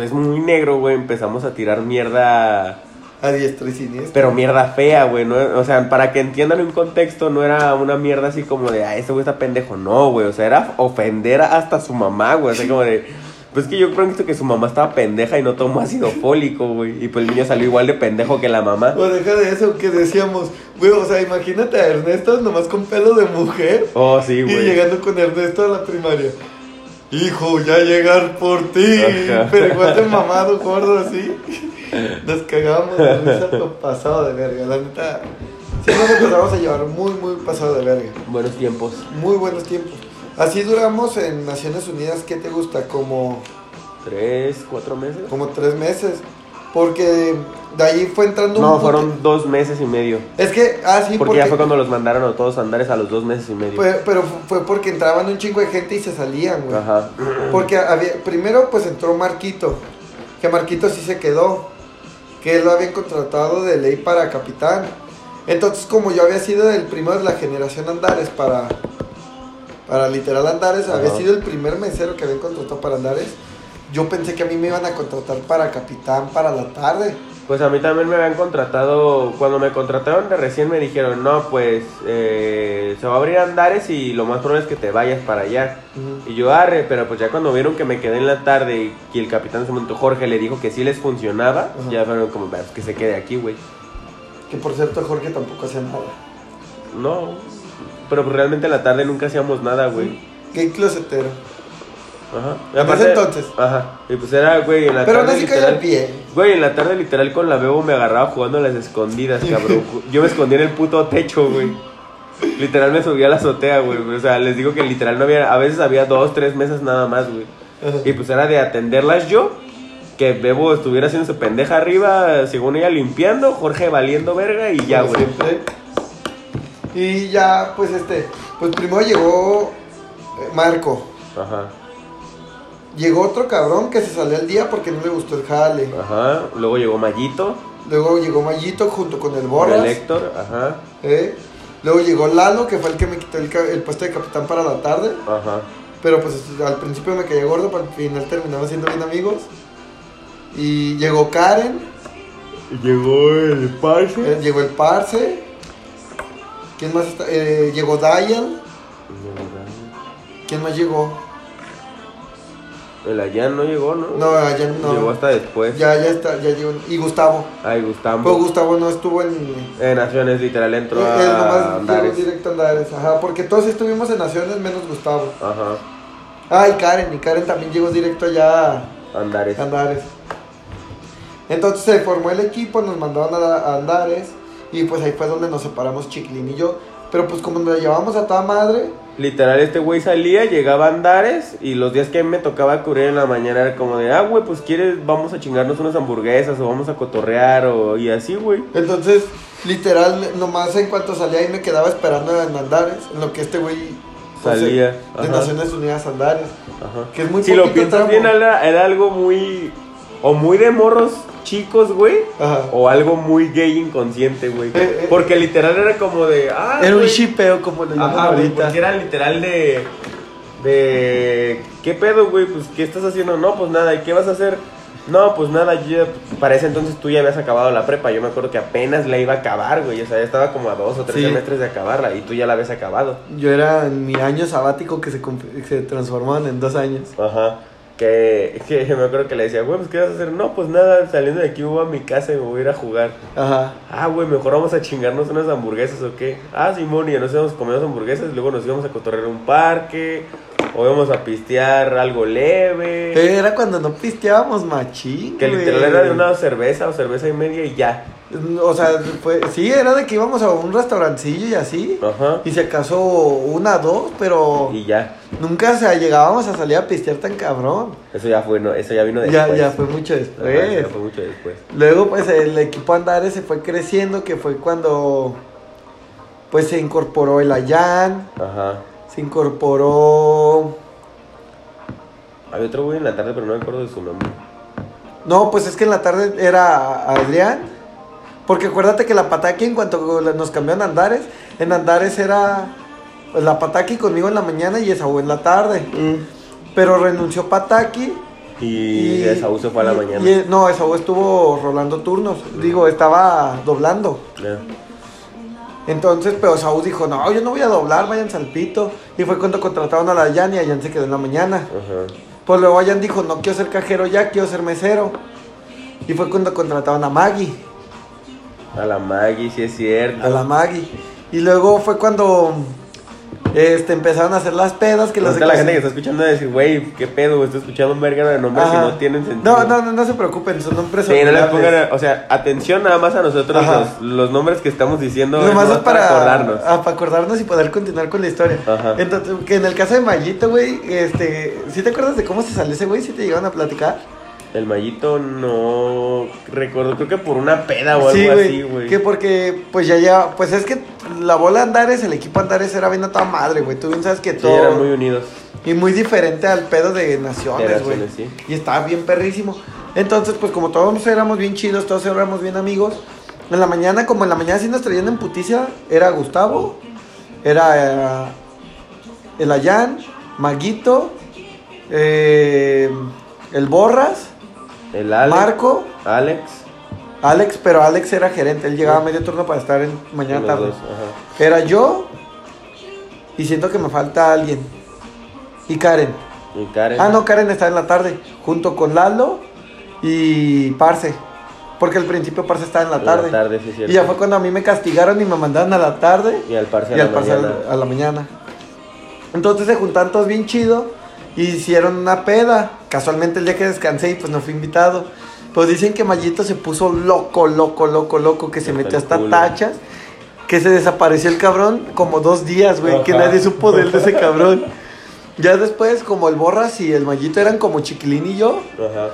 [SPEAKER 1] es muy negro, güey, empezamos a tirar mierda.
[SPEAKER 2] A diestra y siniestra.
[SPEAKER 1] Pero mierda fea, güey. ¿no? O sea, para que entiendan un contexto, no era una mierda así como de, ah, ese güey está pendejo. No, güey. O sea, era ofender hasta su mamá, güey. O sea, como de, pues que yo creo que su mamá estaba pendeja y no tomó ácido fólico, güey. Y pues el niño salió igual de pendejo que la mamá.
[SPEAKER 2] O deja de eso que decíamos, güey, o sea, imagínate a Ernesto nomás con pelo de mujer.
[SPEAKER 1] Oh, sí,
[SPEAKER 2] Y
[SPEAKER 1] güey.
[SPEAKER 2] llegando con Ernesto a la primaria. Hijo, ya llegar por ti.
[SPEAKER 1] Ajá.
[SPEAKER 2] Pero igual de mamado, gordo, así. Nos cagamos de risa lo pasado de verga. La neta. Sí, nos empezamos a llevar muy, muy pasado de verga.
[SPEAKER 1] Buenos tiempos.
[SPEAKER 2] Muy buenos tiempos. Así duramos en Naciones Unidas, ¿qué te gusta? Como,
[SPEAKER 1] ¿Tres, cuatro meses?
[SPEAKER 2] como tres meses. Porque de ahí fue entrando
[SPEAKER 1] No,
[SPEAKER 2] un pute-
[SPEAKER 1] fueron dos meses y medio.
[SPEAKER 2] Es que, ah, sí,
[SPEAKER 1] Porque, ya fue cuando los mandaron a todos andares a los dos meses y medio.
[SPEAKER 2] fue- pero fu- fue porque entraban un chingo de gente y se salían, Pues, güey.
[SPEAKER 1] Ajá.
[SPEAKER 2] Porque había, primero pues entró Marquito, que Marquito sí se quedó, que lo habían contratado de ley para capitán. Entonces como yo había sido el primero de la generación Andares para, para literal Andares,
[SPEAKER 1] Ajá.
[SPEAKER 2] había sido el primer mesero que habían contratado para Andares, yo pensé que a mí me iban a contratar para capitán para la tarde.
[SPEAKER 1] Pues a mí también me habían contratado, cuando me contrataron de recién me dijeron, no, pues eh, se va a abrir Andares y lo más probable es que te vayas para allá. Y yo arre, pero pues ya cuando vieron que me quedé en la tarde y que el capitán se montó Jorge le dijo que sí les funcionaba,
[SPEAKER 2] Ajá.
[SPEAKER 1] ya fueron como, "Bah, pues que se quede aquí, güey.
[SPEAKER 2] Que por cierto Jorge tampoco hacía nada.
[SPEAKER 1] No, pero pues realmente en la tarde nunca hacíamos nada, güey.
[SPEAKER 2] Qué closetero.
[SPEAKER 1] Ajá. Y
[SPEAKER 2] ¿En ese entonces?
[SPEAKER 1] Ajá. Y pues era, güey, en la
[SPEAKER 2] Pero no
[SPEAKER 1] tarde
[SPEAKER 2] se cayó el
[SPEAKER 1] literal...
[SPEAKER 2] pie.
[SPEAKER 1] Güey, en la tarde literal con la bebo me agarraba jugando a las escondidas, cabrón. Yo me escondí en el puto techo, güey. Literal me subía a la azotea, güey. O sea, les digo que literal no había, a veces había dos, tres mesas nada más, güey. Y pues era de atenderlas yo, que Bebo estuviera haciendo su pendeja arriba, según ella limpiando, Jorge valiendo verga y ya,
[SPEAKER 2] Como
[SPEAKER 1] güey.
[SPEAKER 2] siempre. Y ya, pues este, pues primero llegó eh, Marco.
[SPEAKER 1] Ajá,
[SPEAKER 2] Llegó otro cabrón que se salió al día porque no le gustó el jale.
[SPEAKER 1] ajá. Luego llegó Mayito,
[SPEAKER 2] Luego llegó Mayito junto con el
[SPEAKER 1] el
[SPEAKER 2] Borras.
[SPEAKER 1] Héctor, ajá,
[SPEAKER 2] ¿eh? Luego llegó Lalo, que fue el que me quitó el, ca- el puesto de capitán para la tarde.
[SPEAKER 1] ajá.
[SPEAKER 2] Pero pues al principio me caía gordo, pero al final terminamos siendo bien amigos. Y llegó Karen,
[SPEAKER 1] Llegó el
[SPEAKER 2] eh,
[SPEAKER 1] Parce.
[SPEAKER 2] llegó el Parce. ¿Quién más está? Eh, llegó Dial. ¿Quién más llegó?
[SPEAKER 1] El Allán Pues no llegó, ¿no?
[SPEAKER 2] No, ya no.
[SPEAKER 1] Llegó hasta después.
[SPEAKER 2] Ya, ya está, ya llegó. Y Gustavo.
[SPEAKER 1] Ay, Gustavo.
[SPEAKER 2] Pero Gustavo no estuvo en.
[SPEAKER 1] Eh, Naciones literal entró
[SPEAKER 2] él
[SPEAKER 1] a
[SPEAKER 2] Eh, nomás llegó
[SPEAKER 1] Andares.
[SPEAKER 2] directo a Andares. Ajá, porque todos estuvimos en Naciones menos Gustavo.
[SPEAKER 1] Ajá,
[SPEAKER 2] Ah, y Karen. Y Karen también llegó directo allá a
[SPEAKER 1] Andares.
[SPEAKER 2] Andares. Entonces se formó el equipo, nos mandaron a, a Andares. Y pues ahí fue donde nos separamos Chiquilín y yo. Pero pues como nos la llevamos a toda madre,
[SPEAKER 1] Literal, este güey salía, llegaba a Andares y los días que me tocaba cubrir en la mañana era como de, ah, güey, pues quieres, vamos a chingarnos unas hamburguesas o vamos a cotorrear o y así, güey.
[SPEAKER 2] Entonces, literal, nomás en cuanto salía ahí me quedaba esperando en Andares, en lo que este güey pues,
[SPEAKER 1] Salía,
[SPEAKER 2] de
[SPEAKER 1] ajá.
[SPEAKER 2] Naciones Unidas a Andares.
[SPEAKER 1] Ajá.
[SPEAKER 2] Que es muy
[SPEAKER 1] si lo
[SPEAKER 2] poquito
[SPEAKER 1] piensas
[SPEAKER 2] tramo.
[SPEAKER 1] bien, era, era algo muy, o muy de morros chicos, güey.
[SPEAKER 2] Ajá.
[SPEAKER 1] O algo muy gay inconsciente, güey.
[SPEAKER 2] eh.
[SPEAKER 1] Porque literal era como de, ah,
[SPEAKER 2] Era un
[SPEAKER 1] güey,
[SPEAKER 2] shipeo como lo llaman
[SPEAKER 1] Ajá, güey,
[SPEAKER 2] ahorita.
[SPEAKER 1] porque era literal de. De. ¿Qué pedo, güey? Pues, ¿qué estás haciendo? No, pues nada, ¿y qué vas a hacer? No, pues nada, yo ya- Para ese entonces tú ya habías acabado la prepa. Yo me acuerdo que apenas la iba a acabar, güey. O sea, ya estaba como a dos o tres
[SPEAKER 2] Sí.
[SPEAKER 1] semestres de acabarla y tú ya la habías acabado.
[SPEAKER 2] Yo era en mi año sabático que se, cum- se transformaban en dos años.
[SPEAKER 1] Ajá. Que, que me acuerdo que le decía, güey, pues, ¿qué vas a hacer? No, pues nada, saliendo de aquí voy a mi casa y me voy a ir a jugar.
[SPEAKER 2] Ajá.
[SPEAKER 1] Ah, güey, mejor vamos a chingarnos unas hamburguesas o qué. Ah, Simón, y ya nos íbamos a comer unas hamburguesas, luego nos íbamos a cotorrear a un parque, o íbamos a pistear algo leve.
[SPEAKER 2] Eh, Era cuando no pisteábamos machín.
[SPEAKER 1] Que
[SPEAKER 2] güey. Mm,
[SPEAKER 1] literal era de una cerveza o cerveza y media y ya.
[SPEAKER 2] O sea, fue- sí, era de que íbamos a un restaurancillo y así.
[SPEAKER 1] Ajá.
[SPEAKER 2] Y si acaso una, dos, pero
[SPEAKER 1] Y ya.
[SPEAKER 2] nunca o sea, llegábamos a salir a pistear tan cabrón.
[SPEAKER 1] Eso ya fue, no, eso ya vino después.
[SPEAKER 2] Ya, ya fue mucho
[SPEAKER 1] Ajá,
[SPEAKER 2] después. Pues,
[SPEAKER 1] ya fue mucho después.
[SPEAKER 2] Luego, pues el equipo Andares se fue creciendo, que fue cuando pues se incorporó el Ayán,
[SPEAKER 1] Ajá.
[SPEAKER 2] se incorporó.
[SPEAKER 1] Había otro güey en la tarde, pero no me acuerdo de su nombre.
[SPEAKER 2] No, pues es que en la tarde era Adrián. Porque acuérdate que la Pataki, en cuanto nos cambiaron a Andares, en Andares era pues, la Pataki conmigo en la mañana y Esaú en la tarde. Pero renunció Pataki.
[SPEAKER 1] Y, Esaú se fue a la
[SPEAKER 2] y-
[SPEAKER 1] mañana.
[SPEAKER 2] y- no, Esaú estuvo rolando turnos. Digo, estaba doblando.
[SPEAKER 1] Ya.
[SPEAKER 2] Entonces, pero Saúl dijo, no, yo no voy a doblar, vayan salpito. Y fue cuando contrataron a la Jan y Jan se quedó en la mañana.
[SPEAKER 1] Ajá.
[SPEAKER 2] Pues luego Jan dijo, no quiero ser cajero ya, quiero ser mesero. Y fue cuando contrataron a Maggie,
[SPEAKER 1] A la Maggie, sí es cierto.
[SPEAKER 2] a la Maggie. Y luego fue cuando Este, empezaron a hacer las pedas que las
[SPEAKER 1] Ahorita la gente que está escuchando va a decir, güey, qué pedo, estoy escuchando un verga de nombres que
[SPEAKER 2] Ajá.
[SPEAKER 1] no tienen sentido.
[SPEAKER 2] No, no, no, no se preocupen, son nombres
[SPEAKER 1] Sí, no les
[SPEAKER 2] olvidables.
[SPEAKER 1] pongan, o sea, atención nada más a nosotros
[SPEAKER 2] Ajá.
[SPEAKER 1] los, los nombres que estamos diciendo
[SPEAKER 2] Nomás
[SPEAKER 1] nomás
[SPEAKER 2] es para
[SPEAKER 1] acordarnos.
[SPEAKER 2] ah, para acordarnos y poder continuar con la historia.
[SPEAKER 1] Ajá.
[SPEAKER 2] Entonces, que en el caso de Mayito, güey, este, ¿sí te acuerdas de cómo se salió ese güey? ¿Sí te llegaron a platicar?
[SPEAKER 1] El mallito no recuerdo, creo que por una peda o algo
[SPEAKER 2] sí,
[SPEAKER 1] así, güey.
[SPEAKER 2] Que porque, pues ya, ya, pues es que la bola Andares, el equipo Andares era bien a toda madre, güey. Tú bien sabes que
[SPEAKER 1] Sí,
[SPEAKER 2] todo.
[SPEAKER 1] eran muy unidos.
[SPEAKER 2] Y muy diferente al pedo de
[SPEAKER 1] De
[SPEAKER 2] Naciones, güey.
[SPEAKER 1] Naciones, sí.
[SPEAKER 2] Y estaba bien perrísimo. Entonces, pues como todos éramos bien chidos, todos éramos bien amigos. En la mañana, como en la mañana sí nos traían en puticia, era Gustavo, era eh, el Ayán, Maguito, eh, el Borras,
[SPEAKER 1] El Alex.
[SPEAKER 2] Marco,
[SPEAKER 1] Alex.
[SPEAKER 2] Alex, pero Alex era gerente, él llegaba a medio turno para estar en
[SPEAKER 1] y
[SPEAKER 2] mañana
[SPEAKER 1] los
[SPEAKER 2] tarde.
[SPEAKER 1] dos, ajá.
[SPEAKER 2] Era yo y siento que me falta alguien. Y Karen.
[SPEAKER 1] Y Karen.
[SPEAKER 2] Ah, no, Karen está en la tarde, junto con Lalo y Parce. Porque al principio Parce estaba en la
[SPEAKER 1] En la
[SPEAKER 2] tarde.
[SPEAKER 1] tarde, sí, cierto.
[SPEAKER 2] Y ya fue cuando a mí me castigaron y me mandaron a la tarde
[SPEAKER 1] Y al parce
[SPEAKER 2] y
[SPEAKER 1] a
[SPEAKER 2] al
[SPEAKER 1] la
[SPEAKER 2] Parce
[SPEAKER 1] mañana.
[SPEAKER 2] a la mañana. Entonces se juntaron todos bien chido y hicieron una peda. Casualmente el día que descansé y pues no fui invitado. Pues dicen que Mayito se puso loco, loco, loco, loco, que se
[SPEAKER 1] Hasta
[SPEAKER 2] metió
[SPEAKER 1] el
[SPEAKER 2] hasta
[SPEAKER 1] culo.
[SPEAKER 2] tachas, que se desapareció el cabrón como dos días, güey, que
[SPEAKER 1] Ajá.
[SPEAKER 2] nadie supo de él de ese cabrón. Ya después, como el Borras y el Mallito eran como Chiquilín y yo,
[SPEAKER 1] Ajá.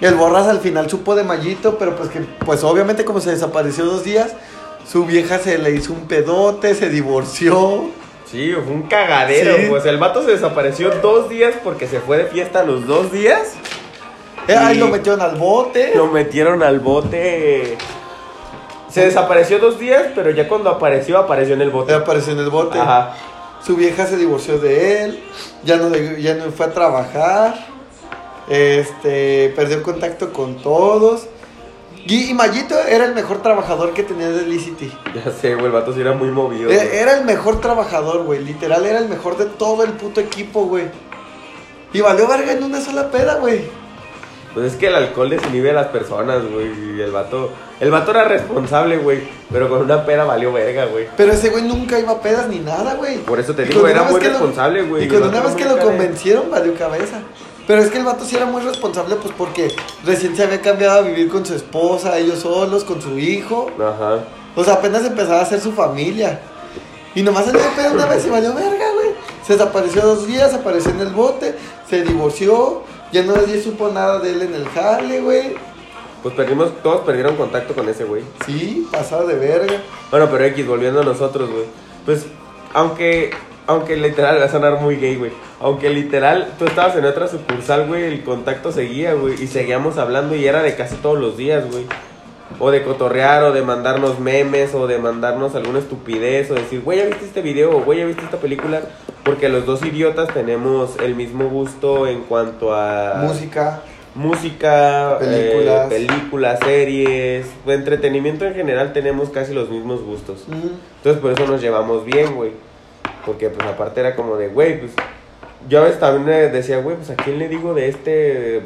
[SPEAKER 2] el Borras al final supo de Mallito, pero pues que, pues obviamente como se desapareció dos días, su vieja se le hizo un pedote, se divorció.
[SPEAKER 1] Sí, fue un cagadero.
[SPEAKER 2] Sí.
[SPEAKER 1] Pues el vato se desapareció dos días porque se fue de fiesta a los dos días.
[SPEAKER 2] Eh, Ahí
[SPEAKER 1] Y-
[SPEAKER 2] lo metieron al bote.
[SPEAKER 1] Lo metieron al bote. Se desapareció dos días, pero ya cuando apareció, apareció en el
[SPEAKER 2] Eh,
[SPEAKER 1] bote.
[SPEAKER 2] Apareció en el bote.
[SPEAKER 1] Ajá.
[SPEAKER 2] Su vieja se divorció de él. Ya no, le- ya no fue a trabajar. Este, perdió contacto con todos. Y, y Mayito era el mejor trabajador que tenía de Licity.
[SPEAKER 1] Ya sé, güey, el vato sí era muy movido. güey.
[SPEAKER 2] Eh, Era el mejor trabajador, güey. Literal, era el mejor de todo el puto equipo, güey. Y valió verga en una sola peda, güey.
[SPEAKER 1] Pues es que el alcohol desinhibe a las personas, güey. Y el vato. El vato era responsable, güey. Pero con una pera valió verga, güey.
[SPEAKER 2] Pero ese güey nunca iba a pedas ni nada, güey.
[SPEAKER 1] Por eso te
[SPEAKER 2] Y
[SPEAKER 1] digo,
[SPEAKER 2] con
[SPEAKER 1] era
[SPEAKER 2] una vez
[SPEAKER 1] muy
[SPEAKER 2] que lo-
[SPEAKER 1] responsable, güey.
[SPEAKER 2] Y con
[SPEAKER 1] El
[SPEAKER 2] una
[SPEAKER 1] vato era
[SPEAKER 2] vez que
[SPEAKER 1] muy
[SPEAKER 2] lo
[SPEAKER 1] cara de-
[SPEAKER 2] convencieron, valió cabeza. Pero es que el vato sí era muy responsable, pues porque recién se había cambiado a vivir con su esposa, ellos solos, con su hijo.
[SPEAKER 1] Ajá.
[SPEAKER 2] O sea, apenas empezaba a hacer su familia. Y nomás salió de pedo una vez y valió verga, güey. Se desapareció dos días, apareció en el bote, se divorció, ya no nadie supo nada de él en el jale, güey.
[SPEAKER 1] Pues perdimos, todos perdieron contacto con ese güey.
[SPEAKER 2] Sí, pasado de verga.
[SPEAKER 1] Bueno, pero X, volviendo a nosotros, güey. Pues, aunque, aunque literal, va a sonar muy gay, güey. Aunque literal, tú estabas en otra sucursal, güey, el contacto seguía, güey. Y seguíamos hablando y era de casi todos los días, güey. O de cotorrear, o de mandarnos memes, o de mandarnos alguna estupidez, o decir, güey, ya viste este video, o güey, ya viste esta película. Porque los dos idiotas tenemos el mismo gusto en cuanto a
[SPEAKER 2] Música.
[SPEAKER 1] música,
[SPEAKER 2] Películas.
[SPEAKER 1] eh, películas, series, entretenimiento en general tenemos casi los mismos gustos.
[SPEAKER 2] mm,
[SPEAKER 1] Entonces por eso nos llevamos bien, güey. Porque pues aparte era como de, güey, pues yo a veces también eh, decía, güey, pues a quién le digo de este,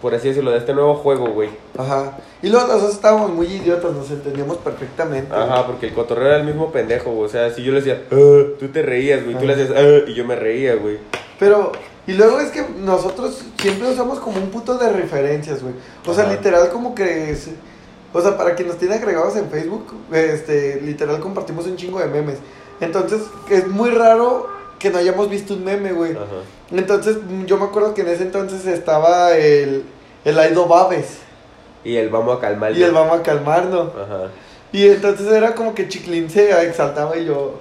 [SPEAKER 1] por así decirlo, de este nuevo juego, güey.
[SPEAKER 2] Ajá. Y luego nosotros estábamos muy idiotas, nos entendíamos perfectamente.
[SPEAKER 1] Ajá, porque el cotorreo era el mismo pendejo, güey. O sea, si yo le decía, "Ah", tú te reías, güey, tú le hacías, "Ah", y yo me reía, güey.
[SPEAKER 2] Pero, y luego es que nosotros siempre usamos como un puto de referencias, güey. O sea,
[SPEAKER 1] Ajá.
[SPEAKER 2] literal como que... es- o sea, para quien nos tiene agregados en Facebook, este, literal compartimos un chingo de memes. Entonces, es muy raro que no hayamos visto un meme, güey.
[SPEAKER 1] Ajá.
[SPEAKER 2] Entonces, mm, yo me acuerdo que en ese entonces estaba el... El Aido Babes.
[SPEAKER 1] Y el vamos a calmar.
[SPEAKER 2] Y el Vamos a Calmarnos.
[SPEAKER 1] Ajá.
[SPEAKER 2] Y entonces era como que Chiclín se exaltaba y yo...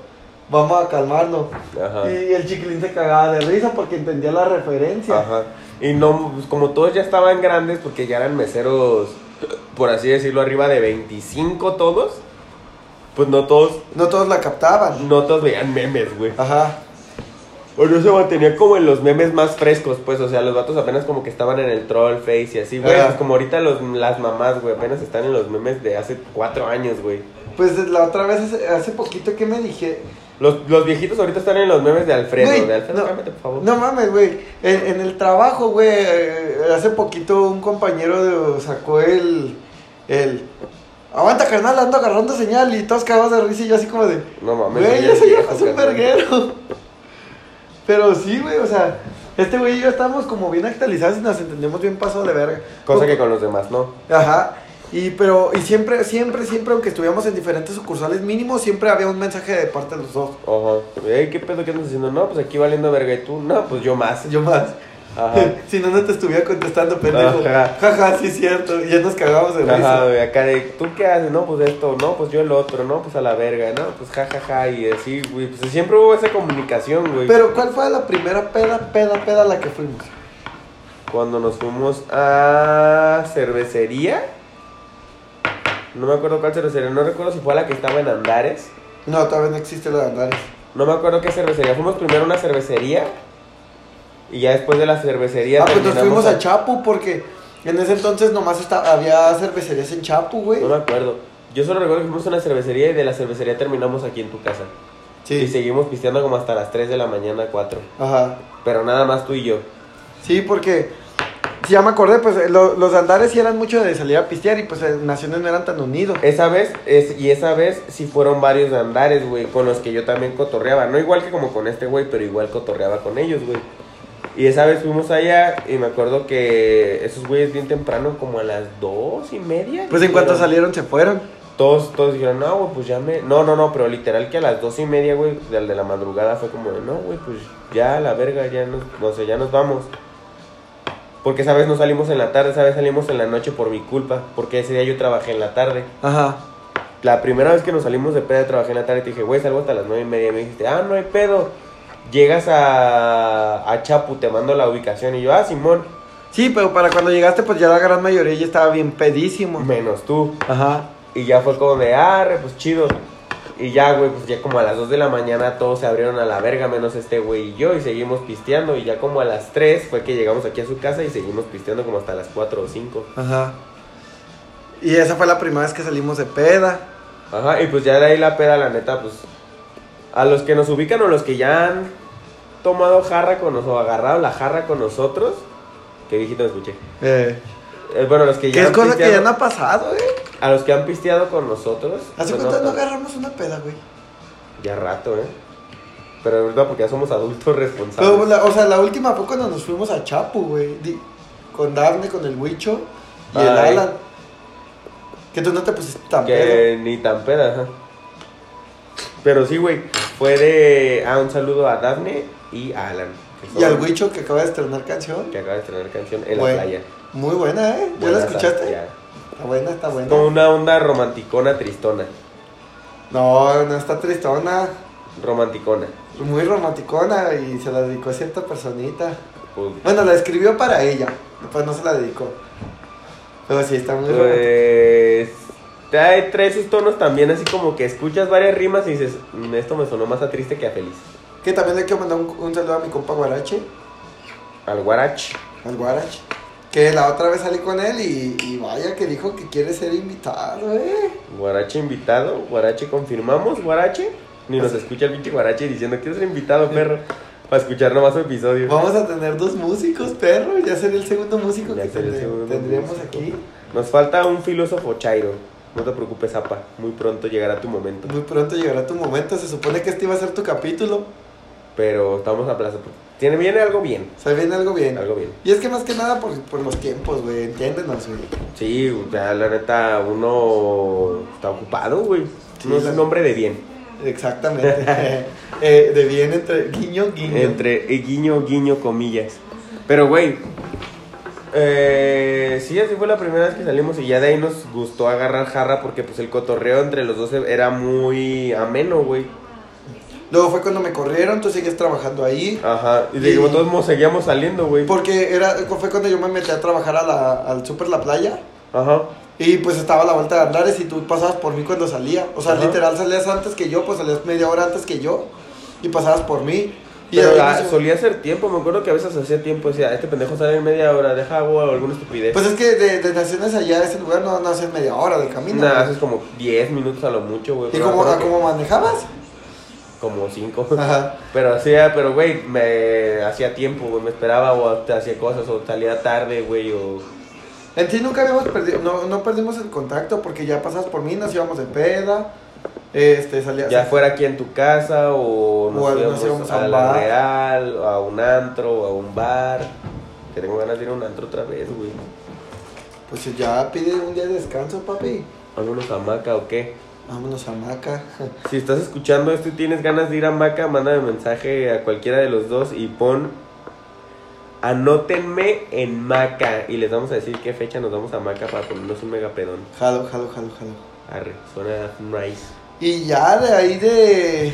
[SPEAKER 2] Vamos a calmarnos.
[SPEAKER 1] Ajá.
[SPEAKER 2] Y el Chiclín se cagaba de risa porque entendía la referencia.
[SPEAKER 1] Ajá. Y no, pues, como todos ya estaban grandes, porque ya eran meseros, por así decirlo, arriba de 25 todos, pues no todos,
[SPEAKER 2] No todos la captaban.
[SPEAKER 1] no todos veían memes, güey.
[SPEAKER 2] Ajá.
[SPEAKER 1] Bueno, se mantenía como en los memes más frescos, pues, o sea, los vatos apenas como que estaban en el troll face y así, güey.
[SPEAKER 2] Ajá.
[SPEAKER 1] Pues, como ahorita los, las mamás, güey, apenas están en los memes de hace cuatro años, güey.
[SPEAKER 2] Pues la otra vez, hace, hace poquito que me dije.
[SPEAKER 1] Los, los viejitos ahorita están en los memes de Alfredo,
[SPEAKER 2] Güey,
[SPEAKER 1] de Alfredo,
[SPEAKER 2] no,
[SPEAKER 1] cámbiate, por favor.
[SPEAKER 2] No mames, güey. En, en el trabajo, güey. eh, Hace poquito un compañero de- sacó el. El. Aguanta, carnal, ando agarrando señal y todos cagados de risa y yo así como de.
[SPEAKER 1] No mames,
[SPEAKER 2] Güey,
[SPEAKER 1] ya es
[SPEAKER 2] eso ya
[SPEAKER 1] viejo,
[SPEAKER 2] es un
[SPEAKER 1] carnal.
[SPEAKER 2] verguero. Pero sí, güey, o sea, este güey y yo estamos como bien actualizados y nos entendemos bien pasado de verga.
[SPEAKER 1] Cosa que con los demás no.
[SPEAKER 2] Ajá. Y pero y siempre siempre siempre aunque estuviéramos en diferentes sucursales mínimo siempre había un mensaje de parte de los dos.
[SPEAKER 1] Ojo. Ey, ¿qué pedo que andas haciendo? No, pues aquí valiendo verga y tú. No, pues yo más.
[SPEAKER 2] Yo más.
[SPEAKER 1] Ajá.
[SPEAKER 2] si no no te estuviera contestando, pendejo.
[SPEAKER 1] Ajá.
[SPEAKER 2] Jaja, sí es cierto. Y ya nos cagamos de
[SPEAKER 1] Ajá,
[SPEAKER 2] risa.
[SPEAKER 1] güey, acá de, ¿tú qué haces? No, pues esto, no, pues yo el otro, no, pues a la verga, no, pues jajaja, y así, güey, pues siempre hubo esa comunicación, güey.
[SPEAKER 2] Pero ¿cuál fue la primera peda peda peda a la que fuimos?
[SPEAKER 1] Cuando nos fuimos a cervecería, no me acuerdo cuál cervecería, no recuerdo si fue a la que estaba en Andares,
[SPEAKER 2] No, todavía no existe lo de Andares.
[SPEAKER 1] no me acuerdo qué cervecería, fuimos primero a una cervecería y ya después de la cervecería
[SPEAKER 2] Ah, pues nos
[SPEAKER 1] terminamos
[SPEAKER 2] fuimos a Chapu porque en ese entonces nomás esta- había cervecerías en Chapu, güey.
[SPEAKER 1] No me acuerdo, yo solo recuerdo que fuimos a una cervecería y de la cervecería terminamos aquí en tu casa. Y seguimos pisteando como hasta las 3 de la mañana, 4.
[SPEAKER 2] Ajá.
[SPEAKER 1] Pero nada más tú y yo.
[SPEAKER 2] Sí, porque si ya me acordé, pues eh, lo- los andares sí eran mucho de salir a pistear y pues eh, naciones no eran tan unidos.
[SPEAKER 1] Esa vez, es, y esa vez sí fueron varios de andares, güey, con los que yo también cotorreaba. No igual que como con este güey, pero igual cotorreaba con ellos, güey. Y esa vez fuimos allá y me acuerdo que esos güeyes bien temprano, como a las dos y media.
[SPEAKER 2] Pues en cuanto
[SPEAKER 1] dijeron-
[SPEAKER 2] salieron se fueron.
[SPEAKER 1] Todos, todos dijeron, no, güey, pues ya me... No, no, no, pero literal que a las dos y media, güey, del de la madrugada fue como de, no, güey, pues ya, la verga, ya nos, no sé, ya nos vamos. Porque esa vez no salimos en la tarde, esa vez salimos en la noche por mi culpa, porque ese día yo trabajé en la tarde.
[SPEAKER 2] Ajá.
[SPEAKER 1] La primera vez que nos salimos de peda, trabajé en la tarde y te dije, güey, salgo hasta las nueve y media. Y me dijiste, ah, no hay pedo. Llegas a, a Chapu, te mando la ubicación. Y yo, ah, Simón,
[SPEAKER 2] Sí, pero para cuando llegaste, pues ya la gran mayoría ya estaba bien pedísimo.
[SPEAKER 1] menos tú.
[SPEAKER 2] Ajá.
[SPEAKER 1] Y ya fue como de, arre, pues chido. Y ya, güey, pues ya como a las 2 de la mañana todos se abrieron a la verga, menos este güey y yo, y seguimos pisteando. Y ya como a las 3 fue que llegamos aquí a su casa y seguimos pisteando como hasta las 4 o 5.
[SPEAKER 2] Ajá. Y esa fue la primera vez que salimos de peda.
[SPEAKER 1] Ajá, y pues ya de ahí la peda, la neta, pues. A los que nos ubican o los que ya han tomado jarra con nosotros, o agarrado la jarra con nosotros, que viejito me escuché.
[SPEAKER 2] Eh,
[SPEAKER 1] Eh, bueno, los que
[SPEAKER 2] que
[SPEAKER 1] ya
[SPEAKER 2] es
[SPEAKER 1] han
[SPEAKER 2] cosa que ya
[SPEAKER 1] pisteado-
[SPEAKER 2] no ha pasado, güey.
[SPEAKER 1] A los que han pisteado con nosotros.
[SPEAKER 2] ¿Hace
[SPEAKER 1] pues,
[SPEAKER 2] cuánto no
[SPEAKER 1] no-
[SPEAKER 2] agarramos una peda, güey?
[SPEAKER 1] Ya rato, ¿eh? Pero ahorita porque ya somos adultos responsables.
[SPEAKER 2] Pero, la- o sea, la última fue cuando nos fuimos a Chapu, güey. Di- Con Darne, con el Huicho y el
[SPEAKER 1] Ay.
[SPEAKER 2] Alan. Que tú no te pusiste tan pedo.
[SPEAKER 1] Que ni tan peda, ajá. Pero sí, güey. Fue de. Ah, un saludo a Daphne y a Alan. que son-
[SPEAKER 2] Y al Huicho que acaba de estrenar canción.
[SPEAKER 1] Que acaba de estrenar canción en
[SPEAKER 2] Güey,
[SPEAKER 1] la playa.
[SPEAKER 2] Muy buena, ¿eh? ¿Ya
[SPEAKER 1] Buenaza,
[SPEAKER 2] la escuchaste?
[SPEAKER 1] ya.
[SPEAKER 2] Está buena, está buena.
[SPEAKER 1] Como una onda romanticona tristona.
[SPEAKER 2] No, no está tristona.
[SPEAKER 1] Romanticona.
[SPEAKER 2] Muy romanticona y se la dedicó a cierta personita.
[SPEAKER 1] Pues,
[SPEAKER 2] Bueno, la escribió para ella, pues no se la dedicó. Pero sí, está muy romántica.
[SPEAKER 1] pues, Trae trae esos tonos también, así como que escuchas varias rimas y dices, "Mm, esto me sonó más a triste que a feliz.
[SPEAKER 2] Que también le quiero mandar un, un saludo a mi compa Guarache,
[SPEAKER 1] Al guarach.
[SPEAKER 2] al Guarache. Que la otra vez salí con él y, y vaya que dijo que quiere ser invitado, eh.
[SPEAKER 1] Guarache invitado, Guarache confirmamos, Guarache. Ni nos escucha el pinche Guarache diciendo que es el invitado, perro. Para escuchar nomás su episodio.
[SPEAKER 2] Vamos a tener dos músicos, perro. Ya sería el segundo músico
[SPEAKER 1] Ya
[SPEAKER 2] que
[SPEAKER 1] sería el
[SPEAKER 2] tendré-
[SPEAKER 1] segundo
[SPEAKER 2] tendríamos
[SPEAKER 1] músico.
[SPEAKER 2] aquí.
[SPEAKER 1] Nos falta un filósofo chairo. No te preocupes, Apa. Muy pronto llegará tu momento.
[SPEAKER 2] Muy pronto llegará tu momento. Se supone que este iba a ser tu capítulo.
[SPEAKER 1] Pero estamos a plaza. Tiene, viene algo bien.
[SPEAKER 2] O sea, viene algo bien.
[SPEAKER 1] Algo bien.
[SPEAKER 2] Y es que más que nada por, por los tiempos, güey. Entiéndenos, güey.
[SPEAKER 1] Sí, o sea, la neta, uno está ocupado, güey.
[SPEAKER 2] Sí,
[SPEAKER 1] no es
[SPEAKER 2] la-
[SPEAKER 1] un hombre de bien.
[SPEAKER 2] Exactamente. Eh, de bien entre guiño, guiño.
[SPEAKER 1] Entre eh, guiño, guiño, comillas. Pero, güey, eh, sí, así fue la primera vez que salimos y ya de ahí nos gustó agarrar jarra porque, pues, el cotorreo entre los dos era muy ameno, güey.
[SPEAKER 2] Luego fue cuando me corrieron, tú sigues trabajando ahí.
[SPEAKER 1] Ajá. Y de
[SPEAKER 2] Y-
[SPEAKER 1] todos modos seguíamos saliendo, güey.
[SPEAKER 2] Porque era, fue cuando yo me metí a trabajar a la- al Super La Playa.
[SPEAKER 1] Ajá.
[SPEAKER 2] Y pues estaba la vuelta de Andares y tú pasabas por mí cuando salía. O sea,
[SPEAKER 1] Ajá.
[SPEAKER 2] literal salías antes que yo, pues salías media hora antes que yo. Y pasabas por mí. Y
[SPEAKER 1] Pero
[SPEAKER 2] ahí
[SPEAKER 1] ah,
[SPEAKER 2] nos-
[SPEAKER 1] solía hacer tiempo, me acuerdo que a veces hacía tiempo, decía, este pendejo sale en media hora, deja o alguna estupidez.
[SPEAKER 2] Pues es que de, de Naciones allá a ese lugar no, no hacías media hora de camino.
[SPEAKER 1] Nada,
[SPEAKER 2] güey.
[SPEAKER 1] haces como 10 minutos a lo mucho, güey.
[SPEAKER 2] ¿Y
[SPEAKER 1] pero me
[SPEAKER 2] cómo,
[SPEAKER 1] acuerdo
[SPEAKER 2] a Ah,
[SPEAKER 1] que-
[SPEAKER 2] cómo manejabas?
[SPEAKER 1] Como 5.
[SPEAKER 2] Ajá.
[SPEAKER 1] Pero hacía, pero güey, me hacía tiempo, güey, me esperaba o te hacía cosas o salía tarde, güey, o...
[SPEAKER 2] En sí nunca habíamos perdido, no, no perdimos el contacto porque ya pasabas por mí, nos íbamos de peda. Este, salía.
[SPEAKER 1] Ya fuera aquí en tu casa o nos
[SPEAKER 2] O al-
[SPEAKER 1] íbamos
[SPEAKER 2] nos íbamos a
[SPEAKER 1] a
[SPEAKER 2] un
[SPEAKER 1] la
[SPEAKER 2] bar.
[SPEAKER 1] Real, o a un antro, o a un bar. Que tengo ganas de ir a un antro otra vez, güey.
[SPEAKER 2] Pues ya pide un día de descanso, papi.
[SPEAKER 1] Vámonos a Maca o qué.
[SPEAKER 2] Vámonos a Maca.
[SPEAKER 1] Si estás escuchando esto y tienes ganas de ir a Maca, mándame mensaje a cualquiera de los dos y pon anótenme en Maca y les vamos a decir qué fecha nos vamos a Maca para ponernos un megapedón.
[SPEAKER 2] Jalo, jalo, jalo, jalo.
[SPEAKER 1] Arre, suena nice.
[SPEAKER 2] Y ya de ahí de,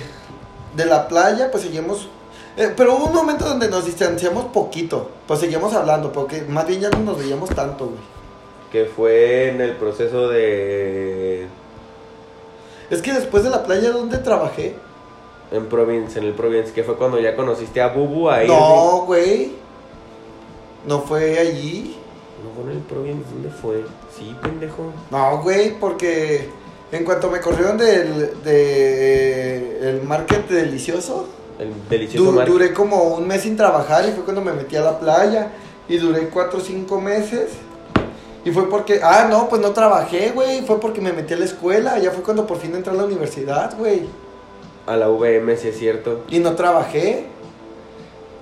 [SPEAKER 2] de la playa, pues seguimos. eh, pero hubo un momento donde nos distanciamos poquito. Pues seguimos hablando, porque más bien ya no nos veíamos tanto, güey.
[SPEAKER 1] Que fue en el proceso de
[SPEAKER 2] Es que después de la playa donde trabajé.
[SPEAKER 1] en Province, en el Province, que fue cuando ya conociste a Bubu ahí.
[SPEAKER 2] no, güey. No fue allí.
[SPEAKER 1] No, con el Province, ¿dónde fue? Sí, pendejo.
[SPEAKER 2] No, güey, porque en cuanto me corrieron del de, el market delicioso,
[SPEAKER 1] El delicioso
[SPEAKER 2] du-
[SPEAKER 1] mar.
[SPEAKER 2] duré como un mes sin trabajar y fue cuando me metí a la playa y duré cuatro o cinco meses. Y fue porque, ah, no, pues no trabajé, güey, fue porque me metí a la escuela, ya fue cuando por fin entré a la universidad, güey,
[SPEAKER 1] A la VM, si es cierto.
[SPEAKER 2] y no trabajé.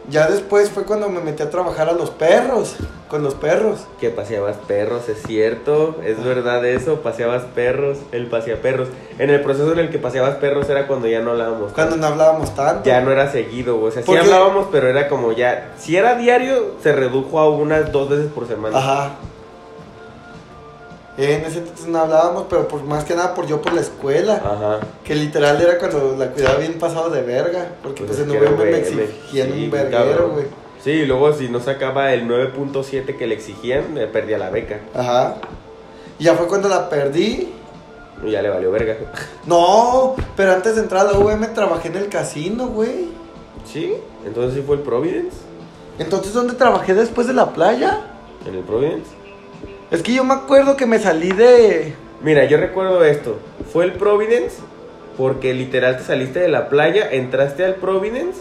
[SPEAKER 2] Ya después fue cuando me metí a trabajar a los perros, con los perros.
[SPEAKER 1] Que paseabas perros, es cierto,
[SPEAKER 2] Ah.
[SPEAKER 1] es verdad eso, paseabas perros, el paseaperros. En el proceso en el que paseabas perros era cuando ya no hablábamos.
[SPEAKER 2] Cuando no hablábamos tanto.
[SPEAKER 1] Ya no era seguido, o sea, sí
[SPEAKER 2] Porque-
[SPEAKER 1] hablábamos, pero era como ya, si era diario, se redujo a unas dos veces por semana.
[SPEAKER 2] Ajá. En ese entonces no hablábamos, pero por más que nada por yo por la escuela.
[SPEAKER 1] Ajá.
[SPEAKER 2] Que literal era cuando la cuidaba bien pasado de verga. Porque pues,
[SPEAKER 1] es
[SPEAKER 2] en
[SPEAKER 1] que era
[SPEAKER 2] noviembre me
[SPEAKER 1] VM,
[SPEAKER 2] exigían
[SPEAKER 1] sí,
[SPEAKER 2] un
[SPEAKER 1] cabrón.
[SPEAKER 2] verguero, güey.
[SPEAKER 1] Sí, y luego si no sacaba el 9.7 que le exigían, eh, perdía la beca.
[SPEAKER 2] Ajá. Y ya fue cuando la perdí.
[SPEAKER 1] Y ya le valió verga.
[SPEAKER 2] No, pero antes de entrar a la UVM trabajé en el casino, güey.
[SPEAKER 1] Sí, entonces sí fue el Providence.
[SPEAKER 2] Entonces, ¿dónde trabajé después de la playa?
[SPEAKER 1] En el Providence.
[SPEAKER 2] Es que yo me acuerdo que me salí de.
[SPEAKER 1] Mira, yo recuerdo esto. Fue el Providence porque literal te saliste de la playa, entraste al Providence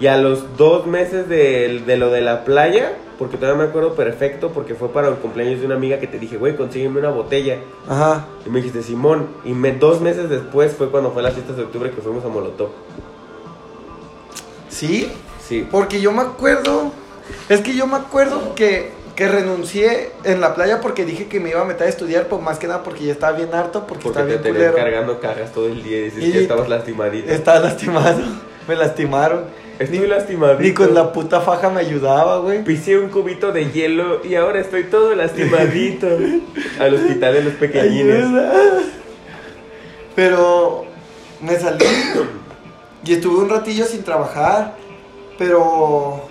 [SPEAKER 1] y a los dos meses de, de lo de la playa, porque todavía me acuerdo perfecto, porque fue para el cumpleaños de una amiga que te dije, güey, consígueme una botella.
[SPEAKER 2] Ajá.
[SPEAKER 1] Y me dijiste, Simón. Y me- dos meses después fue cuando fue las fiestas de octubre que fuimos a Molotov.
[SPEAKER 2] ¿Sí?
[SPEAKER 1] Sí.
[SPEAKER 2] Porque yo me acuerdo, es que yo me acuerdo que, que renuncié en la playa porque dije que me iba a meter a estudiar, pues más que nada porque ya estaba bien harto, porque,
[SPEAKER 1] Porque
[SPEAKER 2] estaba
[SPEAKER 1] te
[SPEAKER 2] bien
[SPEAKER 1] tenías
[SPEAKER 2] culero.
[SPEAKER 1] cargando cajas todo el día y dices
[SPEAKER 2] Y-
[SPEAKER 1] que estabas lastimadito.
[SPEAKER 2] Estaba lastimado, me lastimaron.
[SPEAKER 1] Estoy
[SPEAKER 2] ni,
[SPEAKER 1] lastimadito.
[SPEAKER 2] ni con la puta faja me ayudaba, güey.
[SPEAKER 1] Pisé un cubito de hielo y ahora estoy todo lastimadito. Al hospital de los pequeñines.
[SPEAKER 2] Ayuda. Pero me salí y estuve un ratillo sin trabajar, pero...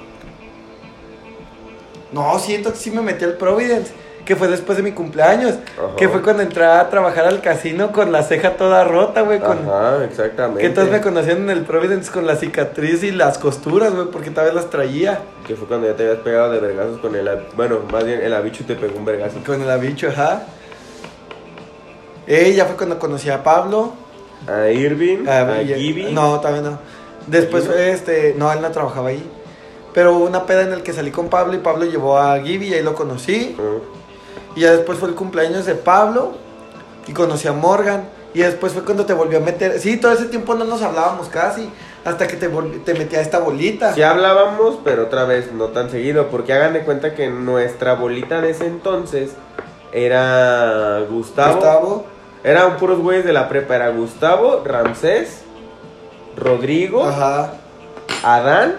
[SPEAKER 2] No, siento que sí me metí al Providence, que fue después de mi cumpleaños,
[SPEAKER 1] Ajá.
[SPEAKER 2] que fue cuando entré a trabajar al casino con la ceja toda rota, güey. Con...
[SPEAKER 1] Ajá, exactamente.
[SPEAKER 2] Que entonces me conocían en el Providence con la cicatriz y las costuras, güey, porque tal vez las traía.
[SPEAKER 1] Que fue cuando ya te habías pegado de vergazos con el... ab- Bueno, más bien el abicho te pegó un vergazo.
[SPEAKER 2] Con el abicho, ajá. Eh, ya fue cuando conocí a Pablo.
[SPEAKER 1] A Irving,
[SPEAKER 2] Ah,
[SPEAKER 1] a
[SPEAKER 2] y-
[SPEAKER 1] Gibby.
[SPEAKER 2] No, también no. Después,
[SPEAKER 1] Gibby?
[SPEAKER 2] este, no, él no trabajaba ahí. Pero hubo una peda en el que salí con Pablo y Pablo llevó a Gibby y ahí lo conocí.
[SPEAKER 1] Ah,
[SPEAKER 2] Y ya después fue el cumpleaños de Pablo y conocí a Morgan. Y después fue cuando te volvió a meter. Sí, todo ese tiempo no nos hablábamos casi. Hasta que te, vol- te metí a esta bolita.
[SPEAKER 1] Sí hablábamos, pero otra vez no tan seguido. Porque hagan de cuenta que nuestra bolita de ese entonces era Gustavo.
[SPEAKER 2] Gustavo.
[SPEAKER 1] Eran puros güeyes de la prepa. Era Gustavo, Ramsés, Rodrigo,
[SPEAKER 2] Ajá.
[SPEAKER 1] Adán.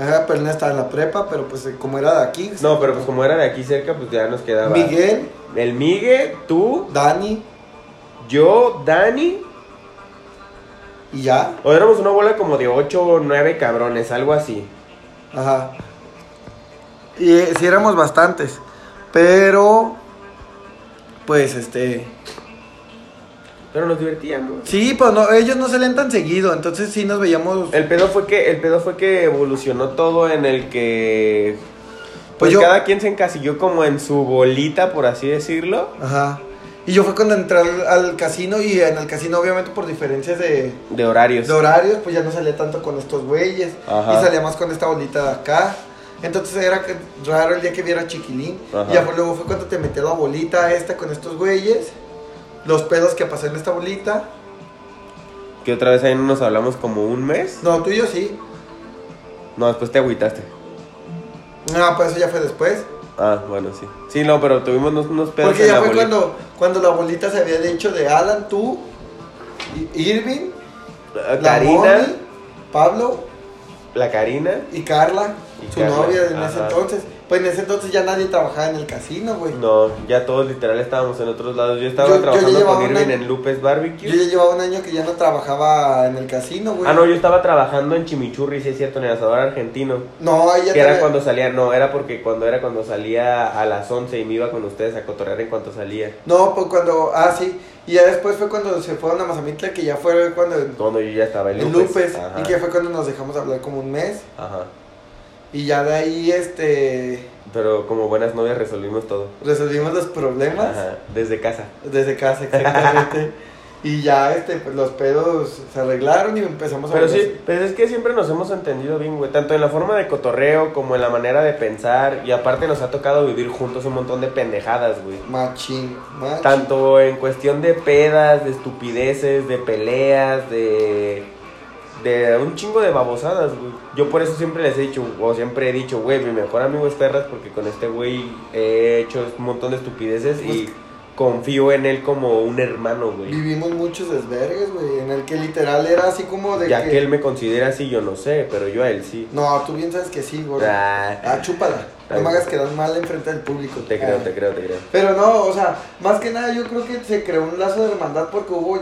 [SPEAKER 2] Ajá, pero él no estaba en la prepa, pero pues eh, como era de aquí.
[SPEAKER 1] No, pero pues como era de aquí cerca, pues ya nos quedaba.
[SPEAKER 2] Miguel,
[SPEAKER 1] El Migue, tú,
[SPEAKER 2] Dani
[SPEAKER 1] yo, Dani.
[SPEAKER 2] y ya.
[SPEAKER 1] O éramos una bola como de 8 o 9 cabrones, algo así.
[SPEAKER 2] Ajá. Y eh, sí éramos bastantes. Pero. Pues este.
[SPEAKER 1] Pero nos divertíamos.
[SPEAKER 2] Sí, pues no, ellos no salían tan seguido. Entonces sí nos veíamos.
[SPEAKER 1] El pedo fue que, el pedo fue que evolucionó todo en el que. Pues,
[SPEAKER 2] Pues yo-
[SPEAKER 1] cada quien se encasilló como en su bolita, por así decirlo.
[SPEAKER 2] Ajá. Y yo fue cuando entré al, al casino. Y en el casino, obviamente, por diferencias de,
[SPEAKER 1] De horarios.
[SPEAKER 2] de horarios, pues ya no salía tanto con estos güeyes.
[SPEAKER 1] Ajá.
[SPEAKER 2] Y salía más con esta bolita de acá. Entonces era que- raro el día que viera Chiquilín.
[SPEAKER 1] Ajá.
[SPEAKER 2] Y ya fue- luego fue cuando te metí la bolita esta con estos güeyes. Los pedos que pasé en esta bolita.
[SPEAKER 1] Que otra vez ahí no nos hablamos como un mes.
[SPEAKER 2] No, tú y yo sí.
[SPEAKER 1] No, después te agüitaste.
[SPEAKER 2] No, pues eso ya fue después.
[SPEAKER 1] Ah, bueno, sí. Sí, no, pero tuvimos unos, unos pedos
[SPEAKER 2] Porque
[SPEAKER 1] en
[SPEAKER 2] ya
[SPEAKER 1] la
[SPEAKER 2] fue
[SPEAKER 1] bolita.
[SPEAKER 2] cuando, cuando la bolita se había dicho de Alan, tú, I- Irving,
[SPEAKER 1] Ah,
[SPEAKER 2] la
[SPEAKER 1] Karina,
[SPEAKER 2] Moni, Pablo
[SPEAKER 1] la Karina.
[SPEAKER 2] y Carla,
[SPEAKER 1] Y
[SPEAKER 2] su
[SPEAKER 1] Carla,
[SPEAKER 2] novia en ese
[SPEAKER 1] ajá.
[SPEAKER 2] entonces. Pues en ese entonces ya nadie trabajaba en el casino, güey.
[SPEAKER 1] No, ya todos literal estábamos en otros lados. Yo estaba
[SPEAKER 2] Yo- yo ya
[SPEAKER 1] trabajando
[SPEAKER 2] llevaba
[SPEAKER 1] con
[SPEAKER 2] un
[SPEAKER 1] Irving
[SPEAKER 2] año.
[SPEAKER 1] en Lupes
[SPEAKER 2] Yo
[SPEAKER 1] Barbecue.
[SPEAKER 2] ya llevaba un año que ya no trabajaba en el casino, güey.
[SPEAKER 1] Ah, no, yo estaba trabajando en Chimichurri, sí es cierto, en el asador argentino.
[SPEAKER 2] No, ahí ya
[SPEAKER 1] Que era
[SPEAKER 2] tenía-
[SPEAKER 1] cuando salía, no, era porque cuando era cuando salía a las 11 y me iba con ustedes a cotorrear en cuanto salía.
[SPEAKER 2] No, pues cuando. Ah, sí. Y ya después fue cuando se fueron a Mazamitla, que ya fue cuando. En
[SPEAKER 1] Cuando yo ya estaba en
[SPEAKER 2] en
[SPEAKER 1] Lupes.
[SPEAKER 2] Lupes.
[SPEAKER 1] Ajá,
[SPEAKER 2] Y que fue cuando nos dejamos hablar como un mes.
[SPEAKER 1] ajá.
[SPEAKER 2] Y ya de ahí, este.
[SPEAKER 1] Pero como buenas novias resolvimos todo.
[SPEAKER 2] Resolvimos los problemas.
[SPEAKER 1] Ajá, desde casa.
[SPEAKER 2] Desde casa, exactamente. y ya, este, pues los pedos se arreglaron y empezamos a
[SPEAKER 1] Pero
[SPEAKER 2] volver-
[SPEAKER 1] sí, pues es que siempre nos hemos entendido bien, güey. Tanto en la forma de cotorreo como en la manera de pensar. Y aparte nos ha tocado vivir juntos un montón de pendejadas, güey.
[SPEAKER 2] Machín, machín.
[SPEAKER 1] Tanto en cuestión de pedas, de estupideces, de peleas, de. de un chingo de babosadas, güey. Yo por eso siempre les he dicho, o siempre he dicho, güey, mi mejor amigo es Ferras, porque con este güey he hecho un montón de estupideces
[SPEAKER 2] Pues
[SPEAKER 1] y confío en él como un hermano, güey.
[SPEAKER 2] Vivimos muchos desvergues, güey. En el que literal era así como de
[SPEAKER 1] Ya que él me considera así, yo no sé, pero yo a él sí.
[SPEAKER 2] No, tú bien sabes que sí, gordo.
[SPEAKER 1] Ah,
[SPEAKER 2] Ah, chúpala. No
[SPEAKER 1] Ay.
[SPEAKER 2] me hagas quedar mal enfrente del público.
[SPEAKER 1] te creo,
[SPEAKER 2] Ah.
[SPEAKER 1] te creo, te creo.
[SPEAKER 2] Pero no, o sea, más que nada yo creo que se creó un lazo de hermandad porque hubo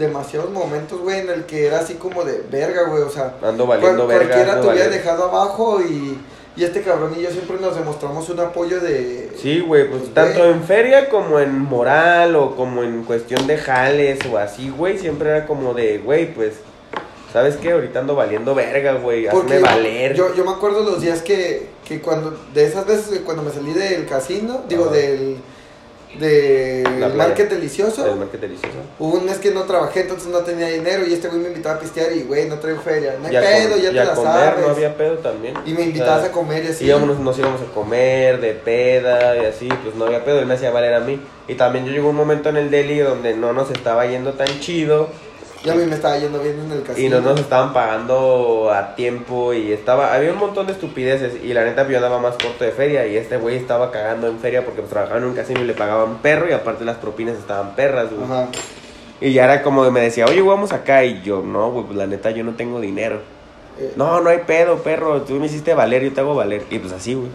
[SPEAKER 2] demasiados momentos, güey, en el que era así como de verga, güey, o sea,
[SPEAKER 1] Ando
[SPEAKER 2] cual-
[SPEAKER 1] valiendo verga.
[SPEAKER 2] cualquiera
[SPEAKER 1] ando
[SPEAKER 2] te hubiera
[SPEAKER 1] valiendo-
[SPEAKER 2] dejado abajo y, y este cabrón y yo siempre nos demostramos un apoyo de...
[SPEAKER 1] Sí, güey, pues
[SPEAKER 2] Pues,
[SPEAKER 1] tanto
[SPEAKER 2] güey.
[SPEAKER 1] en feria como en moral o como en cuestión de jales o así, güey, siempre era como de, güey, pues, ¿sabes qué? Ahorita ando valiendo verga, güey, hazme valer.
[SPEAKER 2] Yo, yo me acuerdo los días que, que cuando, de esas veces que cuando me salí del casino, digo,
[SPEAKER 1] Ajá.
[SPEAKER 2] del... del
[SPEAKER 1] La playa.
[SPEAKER 2] market delicioso.
[SPEAKER 1] El market delicioso.
[SPEAKER 2] Hubo un mes que no trabajé, entonces no tenía dinero y este güey me invitaba a pistear y, güey, no traigo feria. No hay pedo,
[SPEAKER 1] con-
[SPEAKER 2] ya
[SPEAKER 1] y a
[SPEAKER 2] te la
[SPEAKER 1] comer,
[SPEAKER 2] sabes.
[SPEAKER 1] no había pedo también.
[SPEAKER 2] Y me invitabas
[SPEAKER 1] O sea,
[SPEAKER 2] a comer y así.
[SPEAKER 1] Íbamos, nos íbamos a comer de peda y así, pues no había pedo, él me hacía valer a mí. Y también yo llegó un momento en el deli donde no nos estaba yendo tan chido
[SPEAKER 2] Y a mí me estaba yendo bien en el casino.
[SPEAKER 1] y no nos estaban pagando a tiempo y estaba había un montón de estupideces y la neta pues, yo andaba más corto de feria y este güey estaba cagando en feria porque pues, trabajaba en un casino y le pagaban perro y aparte las propinas estaban perras, güey.
[SPEAKER 2] Ajá.
[SPEAKER 1] Y ya era como de- me decía, "Oye, güey, vamos acá." Y yo, "No, güey, pues la neta yo no tengo dinero."
[SPEAKER 2] Eh,
[SPEAKER 1] No, no hay pedo, perro. Tú me hiciste valer, yo te hago valer. Y pues así, güey.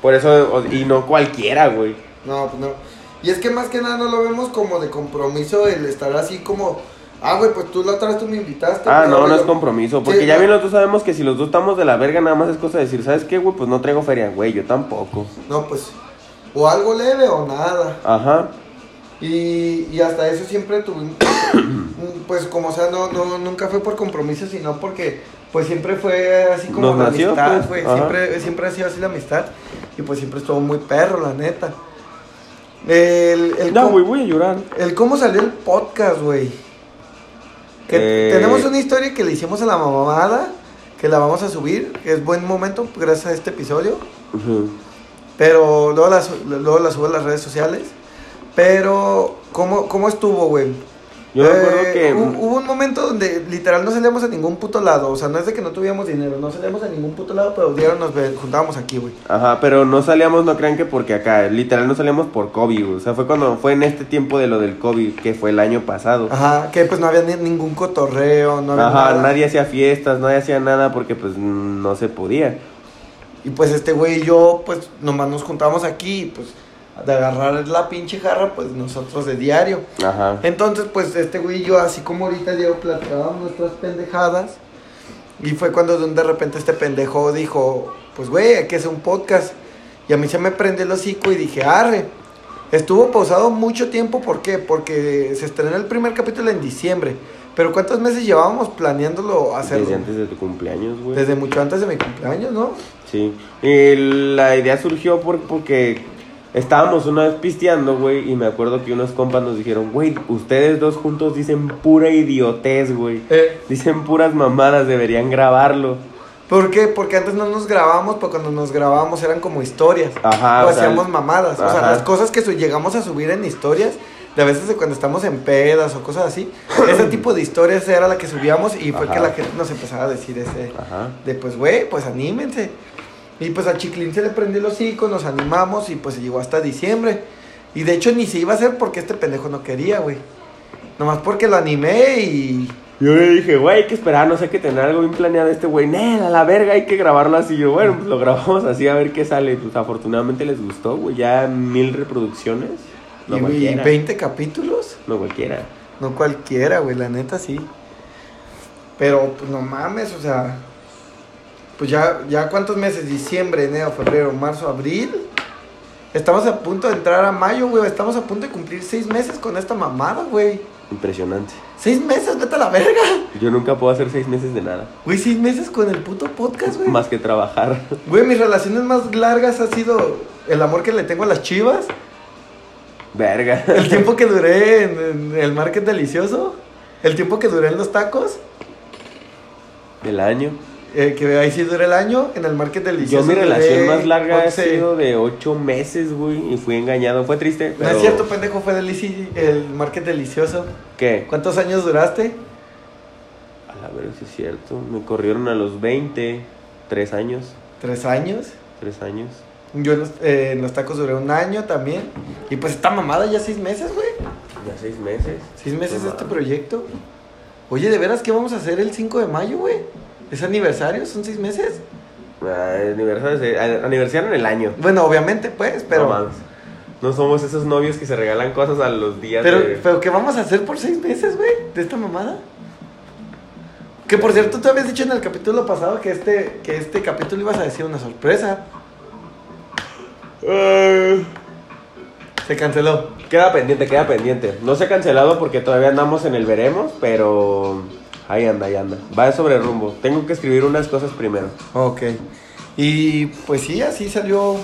[SPEAKER 1] Por eso, o- y no cualquiera, güey.
[SPEAKER 2] No, pues no. Y es que más que nada no lo vemos como de compromiso el estar así como, ah, güey, pues tú la otra vez tú me invitaste.
[SPEAKER 1] Ah,
[SPEAKER 2] pero
[SPEAKER 1] no,
[SPEAKER 2] ahora
[SPEAKER 1] no es
[SPEAKER 2] yo-
[SPEAKER 1] compromiso.
[SPEAKER 2] Sí,
[SPEAKER 1] Porque ya
[SPEAKER 2] no.
[SPEAKER 1] bien los dos sabemos que si los dos estamos de la verga, nada más es cosa de decir, ¿sabes qué, güey? Pues no traigo feria, güey, yo tampoco.
[SPEAKER 2] No, pues, o algo leve o nada.
[SPEAKER 1] Ajá.
[SPEAKER 2] Y, y hasta eso siempre tuvimos, pues como sea, no, no, nunca fue por compromiso, sino porque pues siempre fue así como
[SPEAKER 1] Nos
[SPEAKER 2] la
[SPEAKER 1] nació,
[SPEAKER 2] amistad,
[SPEAKER 1] pues,
[SPEAKER 2] güey,
[SPEAKER 1] ajá.
[SPEAKER 2] siempre, siempre ha sido así la amistad y pues siempre estuvo muy perro, la neta. El, el,
[SPEAKER 1] No,
[SPEAKER 2] cómo,
[SPEAKER 1] güey, voy a llorar.
[SPEAKER 2] el cómo salió el podcast, güey. Que
[SPEAKER 1] Eh.
[SPEAKER 2] tenemos una historia que le hicimos a la mamada, que la vamos a subir, que es buen momento gracias a este episodio.
[SPEAKER 1] Ujú.
[SPEAKER 2] Pero luego la, su- luego la subo a las redes sociales. Pero, ¿cómo, cómo estuvo, güey? Eh,
[SPEAKER 1] Yo me acuerdo que-
[SPEAKER 2] hu- Hubo un momento donde literal no salíamos a ningún puto lado. O sea, no es de que no tuviéramos dinero, no salíamos a ningún puto lado, pero dieron, nos ve- juntábamos aquí, güey.
[SPEAKER 1] Ajá, pero no salíamos, no crean que porque acá, literal no salíamos por COVID, güey. O sea, fue cuando fue en este tiempo de lo del COVID, que fue el año pasado.
[SPEAKER 2] Ajá, que pues no había ni- ningún cotorreo, no había
[SPEAKER 1] Ajá,
[SPEAKER 2] nada.
[SPEAKER 1] nadie hacía fiestas, nadie hacía nada porque pues mm, no se podía.
[SPEAKER 2] Y pues este güey y yo, pues nomás nos juntábamos aquí, y, pues de agarrar la pinche jarra, pues nosotros de diario.
[SPEAKER 1] Ajá.
[SPEAKER 2] Entonces, pues este güey y yo, así como ahorita Diego platicábamos nuestras pendejadas. Y fue cuando de de repente este pendejo dijo: Pues güey, hay que hacer un podcast. Y a mí se me prendió el hocico y dije: Arre. Estuvo pausado mucho tiempo, ¿por qué? Porque se estrenó el primer capítulo en diciembre. Pero ¿cuántos meses llevábamos planeándolo hacerlo?
[SPEAKER 1] Desde antes de tu cumpleaños, güey.
[SPEAKER 2] Desde mucho antes de mi cumpleaños, ¿no?
[SPEAKER 1] Sí. Y la idea surgió por, porque estábamos una vez pisteando, güey, y me acuerdo que unos compas nos dijeron, güey, ustedes dos juntos dicen pura idiotez, güey. Dicen puras mamadas, deberían grabarlo.
[SPEAKER 2] ¿Por qué? Porque antes no nos grabábamos, pero cuando nos grabábamos eran como historias.
[SPEAKER 1] Ajá, Ah,
[SPEAKER 2] o
[SPEAKER 1] o sea,
[SPEAKER 2] hacíamos mamadas. O sea,
[SPEAKER 1] ajá.
[SPEAKER 2] las cosas que su- llegamos a subir en historias de a veces de cuando estamos en pedas o cosas así, ese tipo de historias era la que subíamos y fue
[SPEAKER 1] Ajá.
[SPEAKER 2] que la gente nos empezaba a decir ese,
[SPEAKER 1] Ajá.
[SPEAKER 2] de pues güey, pues anímense. Y pues a Chiclín se le prendió el hocico, nos animamos y pues llegó hasta diciembre. Y de hecho ni se iba a hacer porque este pendejo no quería, güey. Nomás porque lo animé y...
[SPEAKER 1] Yo le dije, güey, hay que esperar, no sé qué tener algo bien planeado este güey. Nel, a la verga, hay que grabarlo así. Yo, bueno, pues lo grabamos así a ver qué sale. Pues afortunadamente les gustó, güey. Ya mil reproducciones. No
[SPEAKER 2] y- y
[SPEAKER 1] cualquiera.
[SPEAKER 2] 20 capítulos.
[SPEAKER 1] No cualquiera.
[SPEAKER 2] No cualquiera, güey, la neta sí. Pero, pues no mames, o sea. Pues ya, ya cuántos meses, diciembre, enero, febrero, marzo, abril. Estamos a punto de entrar a mayo, güey. Estamos a punto de cumplir seis meses con esta mamada, güey.
[SPEAKER 1] Impresionante.
[SPEAKER 2] Seis meses, vete a la verga.
[SPEAKER 1] Yo nunca puedo hacer seis meses de nada.
[SPEAKER 2] Güey, seis meses con el puto podcast, güey.
[SPEAKER 1] Más que trabajar.
[SPEAKER 2] Güey, mis relaciones más largas ha sido el amor que le tengo a las chivas.
[SPEAKER 1] Verga.
[SPEAKER 2] El tiempo que duré en, en el market delicioso. El tiempo que duré en los tacos.
[SPEAKER 1] Del año.
[SPEAKER 2] Eh, que ahí sí dura el año, en el market
[SPEAKER 1] Yo
[SPEAKER 2] delicioso.
[SPEAKER 1] mi
[SPEAKER 2] duré
[SPEAKER 1] relación más larga ha
[SPEAKER 2] 11.
[SPEAKER 1] sido de ocho meses, güey. Y fui engañado. Fue triste,
[SPEAKER 2] No
[SPEAKER 1] pero...
[SPEAKER 2] es cierto, pendejo, fue delici el market delicioso.
[SPEAKER 1] ¿Qué?
[SPEAKER 2] ¿Cuántos años duraste?
[SPEAKER 1] A la verga, sí es cierto. Me corrieron a los 20. Tres años.
[SPEAKER 2] Tres años.
[SPEAKER 1] Tres años.
[SPEAKER 2] Yo en los, eh, en los tacos duré un año también. Y pues esta mamada ya seis meses, güey.
[SPEAKER 1] Ya seis meses.
[SPEAKER 2] Seis meses de este
[SPEAKER 1] proyecto.
[SPEAKER 2] proyecto. Oye, ¿de veras qué vamos a hacer el 5 de mayo, güey? ¿Es aniversario? ¿Son seis meses?
[SPEAKER 1] Ah, Aniversario, se- a- aniversario en el año.
[SPEAKER 2] Bueno, obviamente, pues,
[SPEAKER 1] Pero
[SPEAKER 2] pero...
[SPEAKER 1] no, mames. No somos esos novios que se regalan cosas a los días
[SPEAKER 2] Pero,
[SPEAKER 1] de-
[SPEAKER 2] pero ¿qué vamos a hacer por seis meses, güey? De esta mamada. Que por cierto, tú habías dicho en el capítulo pasado que este, que este capítulo ibas a decir una sorpresa.
[SPEAKER 1] Eh,
[SPEAKER 2] Se canceló.
[SPEAKER 1] Queda pendiente, queda pendiente. No se ha cancelado porque todavía andamos en el veremos, pero ahí anda, ahí anda. Va sobre rumbo. Tengo que escribir unas cosas primero.
[SPEAKER 2] Ok. Y pues sí, así salió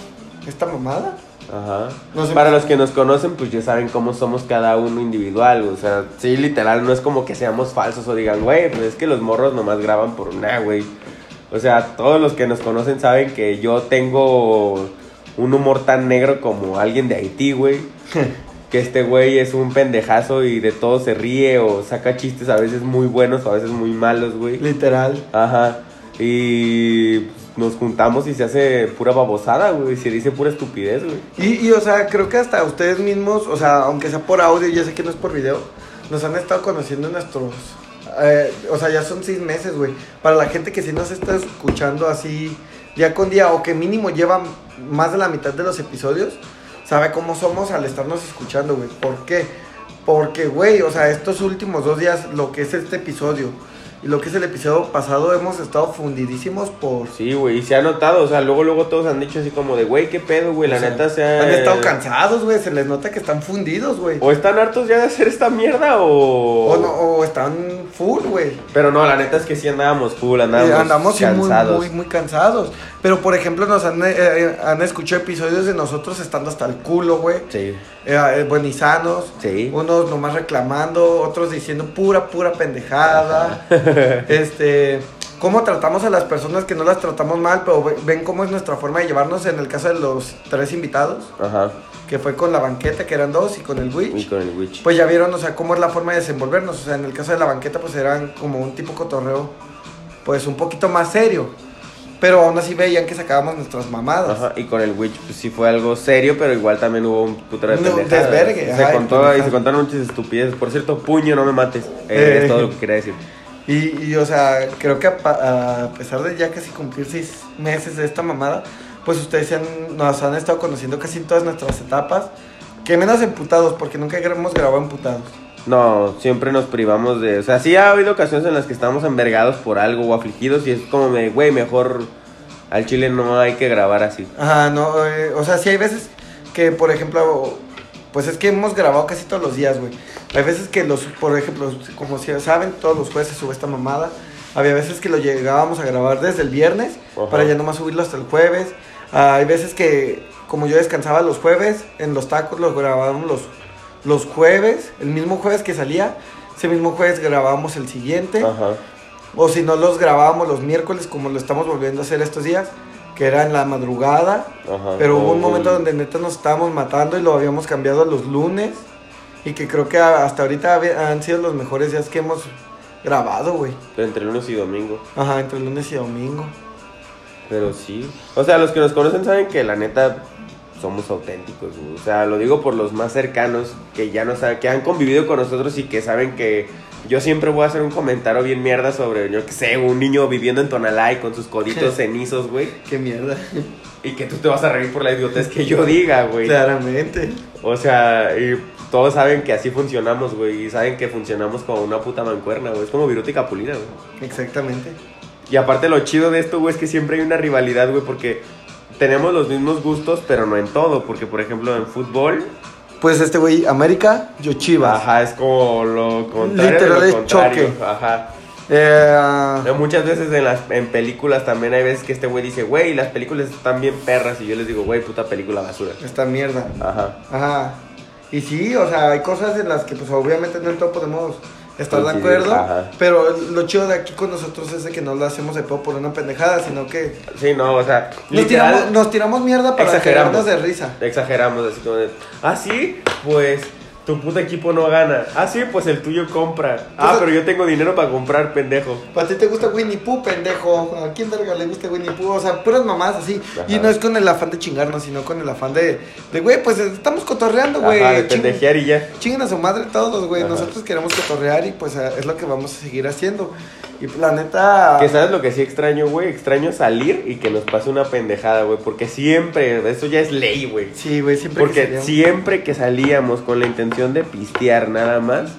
[SPEAKER 2] esta mamada.
[SPEAKER 1] Ajá.
[SPEAKER 2] No sé.
[SPEAKER 1] Para los que nos conocen, pues ya saben cómo somos cada uno individual. O sea, sí, literal, no es como que seamos falsos o digan, güey, pues es que los morros nomás graban por una, güey. O sea, todos los que nos conocen saben que yo tengo un humor tan negro como alguien de Haití, güey. que este güey es un pendejazo y de todo se ríe o saca chistes a veces muy buenos, a veces muy malos, güey.
[SPEAKER 2] Literal.
[SPEAKER 1] Ajá. Y nos juntamos y se hace pura babosada, güey. Se dice pura estupidez, güey.
[SPEAKER 2] Y, y, o sea, creo que hasta ustedes mismos, o sea, aunque sea por audio, ya sé que no es por video, nos han estado conociendo en nuestros... eh, o sea, ya son seis meses, güey. Para la gente que sí nos está escuchando así día con día o que mínimo lleva más de la mitad de los episodios, sabe cómo somos al estarnos escuchando, güey. ¿Por qué? Porque, güey, o sea, estos últimos dos días, lo que es este episodio y lo que es el episodio pasado, hemos estado fundidísimos por...
[SPEAKER 1] Sí, güey, y se ha notado, o sea, luego, luego todos han dicho así como de, güey, qué pedo, güey, la
[SPEAKER 2] o sea,
[SPEAKER 1] neta se ha...
[SPEAKER 2] Han estado cansados, güey. Se les nota que están fundidos, güey.
[SPEAKER 1] O están hartos ya de hacer esta mierda o...
[SPEAKER 2] O, no, o están full, güey.
[SPEAKER 1] Pero no, la neta es que sí andábamos full, andábamos,
[SPEAKER 2] Eh, Andamos sí,
[SPEAKER 1] cansados.
[SPEAKER 2] Muy, muy, muy cansados. Pero, por ejemplo, nos han, eh, eh, han escuchado episodios de nosotros estando hasta el culo, güey.
[SPEAKER 1] Sí,
[SPEAKER 2] Eh, eh, bueno, y sanos.
[SPEAKER 1] sí.
[SPEAKER 2] Unos nomás reclamando, otros diciendo pura, pura pendejada. este, cómo tratamos a las personas que no las tratamos mal, pero ve- ven cómo es nuestra forma de llevarnos en el caso de los tres invitados,
[SPEAKER 1] Ajá,
[SPEAKER 2] que fue con la banqueta, que eran dos, y con el Witch.
[SPEAKER 1] y con el witch.
[SPEAKER 2] Pues ya vieron, o sea, cómo es la forma de desenvolvernos. O sea, en el caso de la banqueta, pues eran como un tipo cotorreo, pues un poquito más serio. Pero aún así veían que sacábamos nuestras mamadas.
[SPEAKER 1] Ajá, y con el witch pues, sí fue algo serio, pero igual también hubo un putero de
[SPEAKER 2] No,
[SPEAKER 1] pendejadas.
[SPEAKER 2] desvergue,
[SPEAKER 1] Se
[SPEAKER 2] ajá,
[SPEAKER 1] contó-
[SPEAKER 2] pendejadas.
[SPEAKER 1] y se contaron muchas estupideces. Por cierto, puño, no me mates. Eh,
[SPEAKER 2] Eh.
[SPEAKER 1] Es todo lo que quería decir.
[SPEAKER 2] Y, y, o sea, creo que a, pa- a pesar de ya casi cumplir seis meses de esta mamada, pues ustedes se han- nos han estado conociendo casi en todas nuestras etapas. Que menos emputados, porque nunca hemos grabado emputados.
[SPEAKER 1] No, siempre nos privamos de. O sea, sí ha habido ocasiones en las que estamos envergados por algo o afligidos y es como, de, güey, mejor al chile no hay que grabar así.
[SPEAKER 2] Ajá, no, eh, o sea, sí hay veces que, por ejemplo, pues es que hemos grabado casi todos los días, güey. Hay veces que los, por ejemplo, como si saben, todos los jueves se sube esta mamada. Había veces que lo llegábamos a grabar desde el viernes
[SPEAKER 1] Ajá.
[SPEAKER 2] para ya nomás subirlo hasta el jueves. Ah, hay veces que, como yo descansaba los jueves, en los tacos los grabábamos los, los jueves, el mismo jueves que salía, ese mismo jueves grabábamos el siguiente.
[SPEAKER 1] Ajá.
[SPEAKER 2] O si no los grabábamos los miércoles, como lo estamos volviendo a hacer estos días, que era en la madrugada.
[SPEAKER 1] Ajá.
[SPEAKER 2] Pero hubo
[SPEAKER 1] O
[SPEAKER 2] un momento
[SPEAKER 1] el-
[SPEAKER 2] donde neta nos estábamos matando y lo habíamos cambiado a los lunes. Y que creo que a- hasta ahorita habe- han sido los mejores días que hemos grabado, güey.
[SPEAKER 1] Entre lunes y domingo.
[SPEAKER 2] Ajá, entre lunes y domingo.
[SPEAKER 1] Pero sí. O sea, los que nos conocen saben que la neta somos auténticos. güey. O sea, lo digo por los más cercanos que ya nos ha- que han convivido con nosotros y que saben que yo siempre voy a hacer un comentario bien mierda sobre, yo qué sé, un niño viviendo en Tonalá y con sus coditos cenizos, güey.
[SPEAKER 2] Qué mierda.
[SPEAKER 1] Y que tú te vas a reír por la idiotez que yo diga, güey.
[SPEAKER 2] Claramente.
[SPEAKER 1] O sea, y todos saben que así funcionamos, güey. Y saben que funcionamos como una puta mancuerna, güey. Es como Viruta y Capulina, güey.
[SPEAKER 2] Exactamente.
[SPEAKER 1] Y aparte lo chido de esto, güey, es que siempre hay una rivalidad, güey, porque tenemos los mismos gustos, pero no en todo. Porque, por ejemplo, en fútbol,
[SPEAKER 2] Pues este güey, América, yo Chivas.
[SPEAKER 1] ajá, es como lo contrario. de
[SPEAKER 2] Literal
[SPEAKER 1] lo
[SPEAKER 2] es
[SPEAKER 1] contrario.
[SPEAKER 2] choque.
[SPEAKER 1] Ajá.
[SPEAKER 2] Eh,
[SPEAKER 1] Eh, Muchas veces en las en películas también hay veces que este güey dice, güey, las películas están bien perras. Y yo les digo, güey, puta película basura.
[SPEAKER 2] esta mierda.
[SPEAKER 1] Ajá.
[SPEAKER 2] Ajá. Y sí, o sea, hay cosas en las que pues obviamente no en todo podemos estar de
[SPEAKER 1] Coincidir,
[SPEAKER 2] acuerdo.
[SPEAKER 1] ajá.
[SPEAKER 2] Pero lo chido de aquí con nosotros es de que no lo hacemos de pedo por una pendejada, sino que
[SPEAKER 1] Sí, no, o sea,
[SPEAKER 2] nos,
[SPEAKER 1] literal,
[SPEAKER 2] tiramos, nos tiramos mierda para
[SPEAKER 1] Exageramos.
[SPEAKER 2] quedarnos de risa.
[SPEAKER 1] exageramos así como de, ah, sí, pues tu puto equipo no gana. Ah, sí, pues el tuyo compra. Ah,
[SPEAKER 2] Entonces-
[SPEAKER 1] pero yo tengo dinero para comprar, pendejo.
[SPEAKER 2] ¿A ti te gusta Winnie Pooh, pendejo? ¿A quién verga le gusta Winnie Pooh? O sea, puras mamás así.
[SPEAKER 1] Ajá.
[SPEAKER 2] Y no es con el afán de chingarnos, sino con el afán de, de güey, pues estamos cotorreando, güey.
[SPEAKER 1] Ajá, de
[SPEAKER 2] Ching-
[SPEAKER 1] pendejear y ya.
[SPEAKER 2] Chinguen a su madre todos, güey.
[SPEAKER 1] Ajá.
[SPEAKER 2] Nosotros queremos cotorrear y pues es lo que vamos a seguir haciendo. Y pues, la neta.
[SPEAKER 1] Que sabes lo que sí extraño, güey. Extraño salir y que nos pase una pendejada, güey. Porque siempre, eso ya es ley, güey.
[SPEAKER 2] Sí, güey, siempre que
[SPEAKER 1] Porque
[SPEAKER 2] salíamos-
[SPEAKER 1] siempre que salíamos con la intención de pistear nada más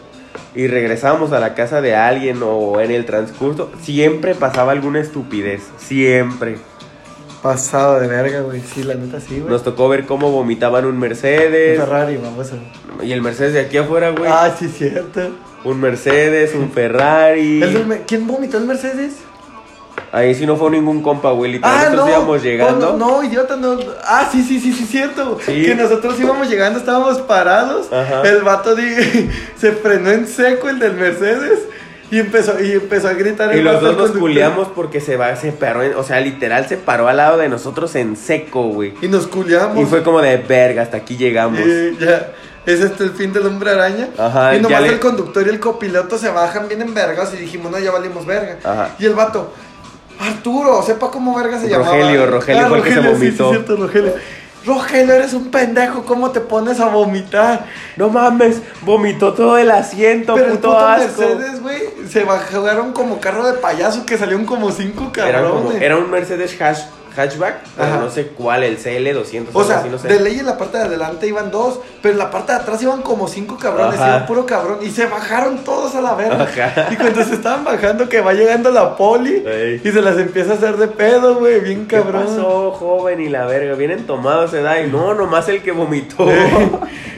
[SPEAKER 1] y regresábamos a la casa de alguien o en el transcurso, siempre pasaba alguna estupidez. Siempre.
[SPEAKER 2] Pasado de verga, güey. Sí, la neta sí, güey.
[SPEAKER 1] Nos tocó ver cómo vomitaban un
[SPEAKER 2] Un
[SPEAKER 1] Mercedes.
[SPEAKER 2] Ferrari, vamos a
[SPEAKER 1] Y el Mercedes de aquí afuera, güey.
[SPEAKER 2] Ah, sí, cierto.
[SPEAKER 1] Un Mercedes, un Ferrari.
[SPEAKER 2] El del me- ¿Quién vomitó el Mercedes?
[SPEAKER 1] Ahí sí no fue ningún compa, güey. Literal,
[SPEAKER 2] Ah,
[SPEAKER 1] nosotros
[SPEAKER 2] no.
[SPEAKER 1] íbamos llegando.
[SPEAKER 2] Oh, no, no, idiota, no. Ah, sí, sí, sí, sí, cierto.
[SPEAKER 1] Sí.
[SPEAKER 2] Que nosotros íbamos llegando, estábamos parados.
[SPEAKER 1] Ajá.
[SPEAKER 2] El vato di- se frenó en seco el del Mercedes y empezó, y empezó a gritar.
[SPEAKER 1] Y
[SPEAKER 2] el
[SPEAKER 1] los
[SPEAKER 2] vato
[SPEAKER 1] dos nos
[SPEAKER 2] conductor.
[SPEAKER 1] culeamos porque se va, se paró, en- o sea, literal se paró al lado de nosotros en seco, güey.
[SPEAKER 2] Y nos culiamos.
[SPEAKER 1] Y fue como de verga, hasta aquí llegamos.
[SPEAKER 2] Y ya. Ese es este el fin del hombre araña.
[SPEAKER 1] Ajá,
[SPEAKER 2] y nomás
[SPEAKER 1] ya le-
[SPEAKER 2] el conductor y el copiloto se bajan bien en vergas y dijimos, no, ya valimos verga.
[SPEAKER 1] Ajá.
[SPEAKER 2] Y el vato, Arturo, sepa cómo verga se llamaba.
[SPEAKER 1] Rogelio, Rogelio fue el que se vomitó.
[SPEAKER 2] Sí, sí, cierto, Rogelio. Rogelio, eres un pendejo, ¿cómo te pones a vomitar?
[SPEAKER 1] No mames, vomitó todo el asiento,
[SPEAKER 2] Pero el
[SPEAKER 1] puto,
[SPEAKER 2] puto
[SPEAKER 1] asco.
[SPEAKER 2] Mercedes, güey, se bajaron como carro de payaso que salieron como cinco
[SPEAKER 1] Era, como-
[SPEAKER 2] cabrones.
[SPEAKER 1] era un Mercedes hash- hatchback, pero
[SPEAKER 2] Ajá.
[SPEAKER 1] no sé cuál, el CL200,
[SPEAKER 2] O
[SPEAKER 1] algo
[SPEAKER 2] sea,
[SPEAKER 1] así, no sé.
[SPEAKER 2] de ley en la parte de adelante iban dos, pero en la parte de atrás iban como cinco cabrones,
[SPEAKER 1] Ajá.
[SPEAKER 2] iban puro cabrón, y se bajaron todos a la verga.
[SPEAKER 1] Ajá.
[SPEAKER 2] Y cuando se estaban bajando, que va llegando la poli,
[SPEAKER 1] Ey.
[SPEAKER 2] y se las empieza a hacer de pedo, güey, bien
[SPEAKER 1] ¿Qué
[SPEAKER 2] cabrón.
[SPEAKER 1] pasó, joven? Y la verga, vienen tomados, se da. Y no, nomás el que vomitó.
[SPEAKER 2] Ey,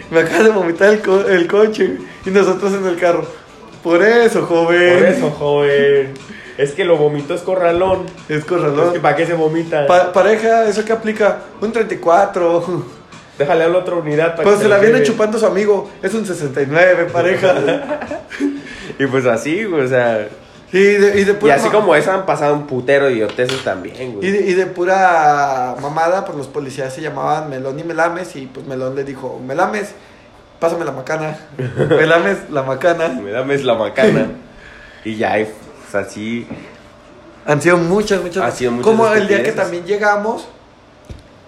[SPEAKER 2] Me acaba de vomitar el, co- el coche, y nosotros en el carro. Por eso, joven.
[SPEAKER 1] Por eso, joven. Es que lo vomitó es corralón.
[SPEAKER 2] Es
[SPEAKER 1] Es
[SPEAKER 2] corralón.
[SPEAKER 1] que ¿Para qué se vomita?
[SPEAKER 2] Pa- pareja, ¿eso que aplica? Un 34.
[SPEAKER 1] Déjale a la otra unidad para
[SPEAKER 2] Cuando
[SPEAKER 1] que
[SPEAKER 2] Pues se la
[SPEAKER 1] lo
[SPEAKER 2] viene
[SPEAKER 1] lleve.
[SPEAKER 2] chupando su amigo, es un 69, pareja.
[SPEAKER 1] Y pues así, güey, o sea.
[SPEAKER 2] Y, de- y, de
[SPEAKER 1] Y
[SPEAKER 2] pura
[SPEAKER 1] así
[SPEAKER 2] ma-
[SPEAKER 1] como esa han pasado un putero de idioteces también,
[SPEAKER 2] Pues, Y
[SPEAKER 1] güey.
[SPEAKER 2] de, y de pura mamada, pues los policías se llamaban Melón y Melames y pues Melón le dijo, Melames, pásame la macana. Melames, la macana.
[SPEAKER 1] Me dames la macana. y ya, y, pues, así.
[SPEAKER 2] Han sido muchas, muchas.
[SPEAKER 1] Ha sido muchas
[SPEAKER 2] Como el día que
[SPEAKER 1] estupideces.
[SPEAKER 2] también llegamos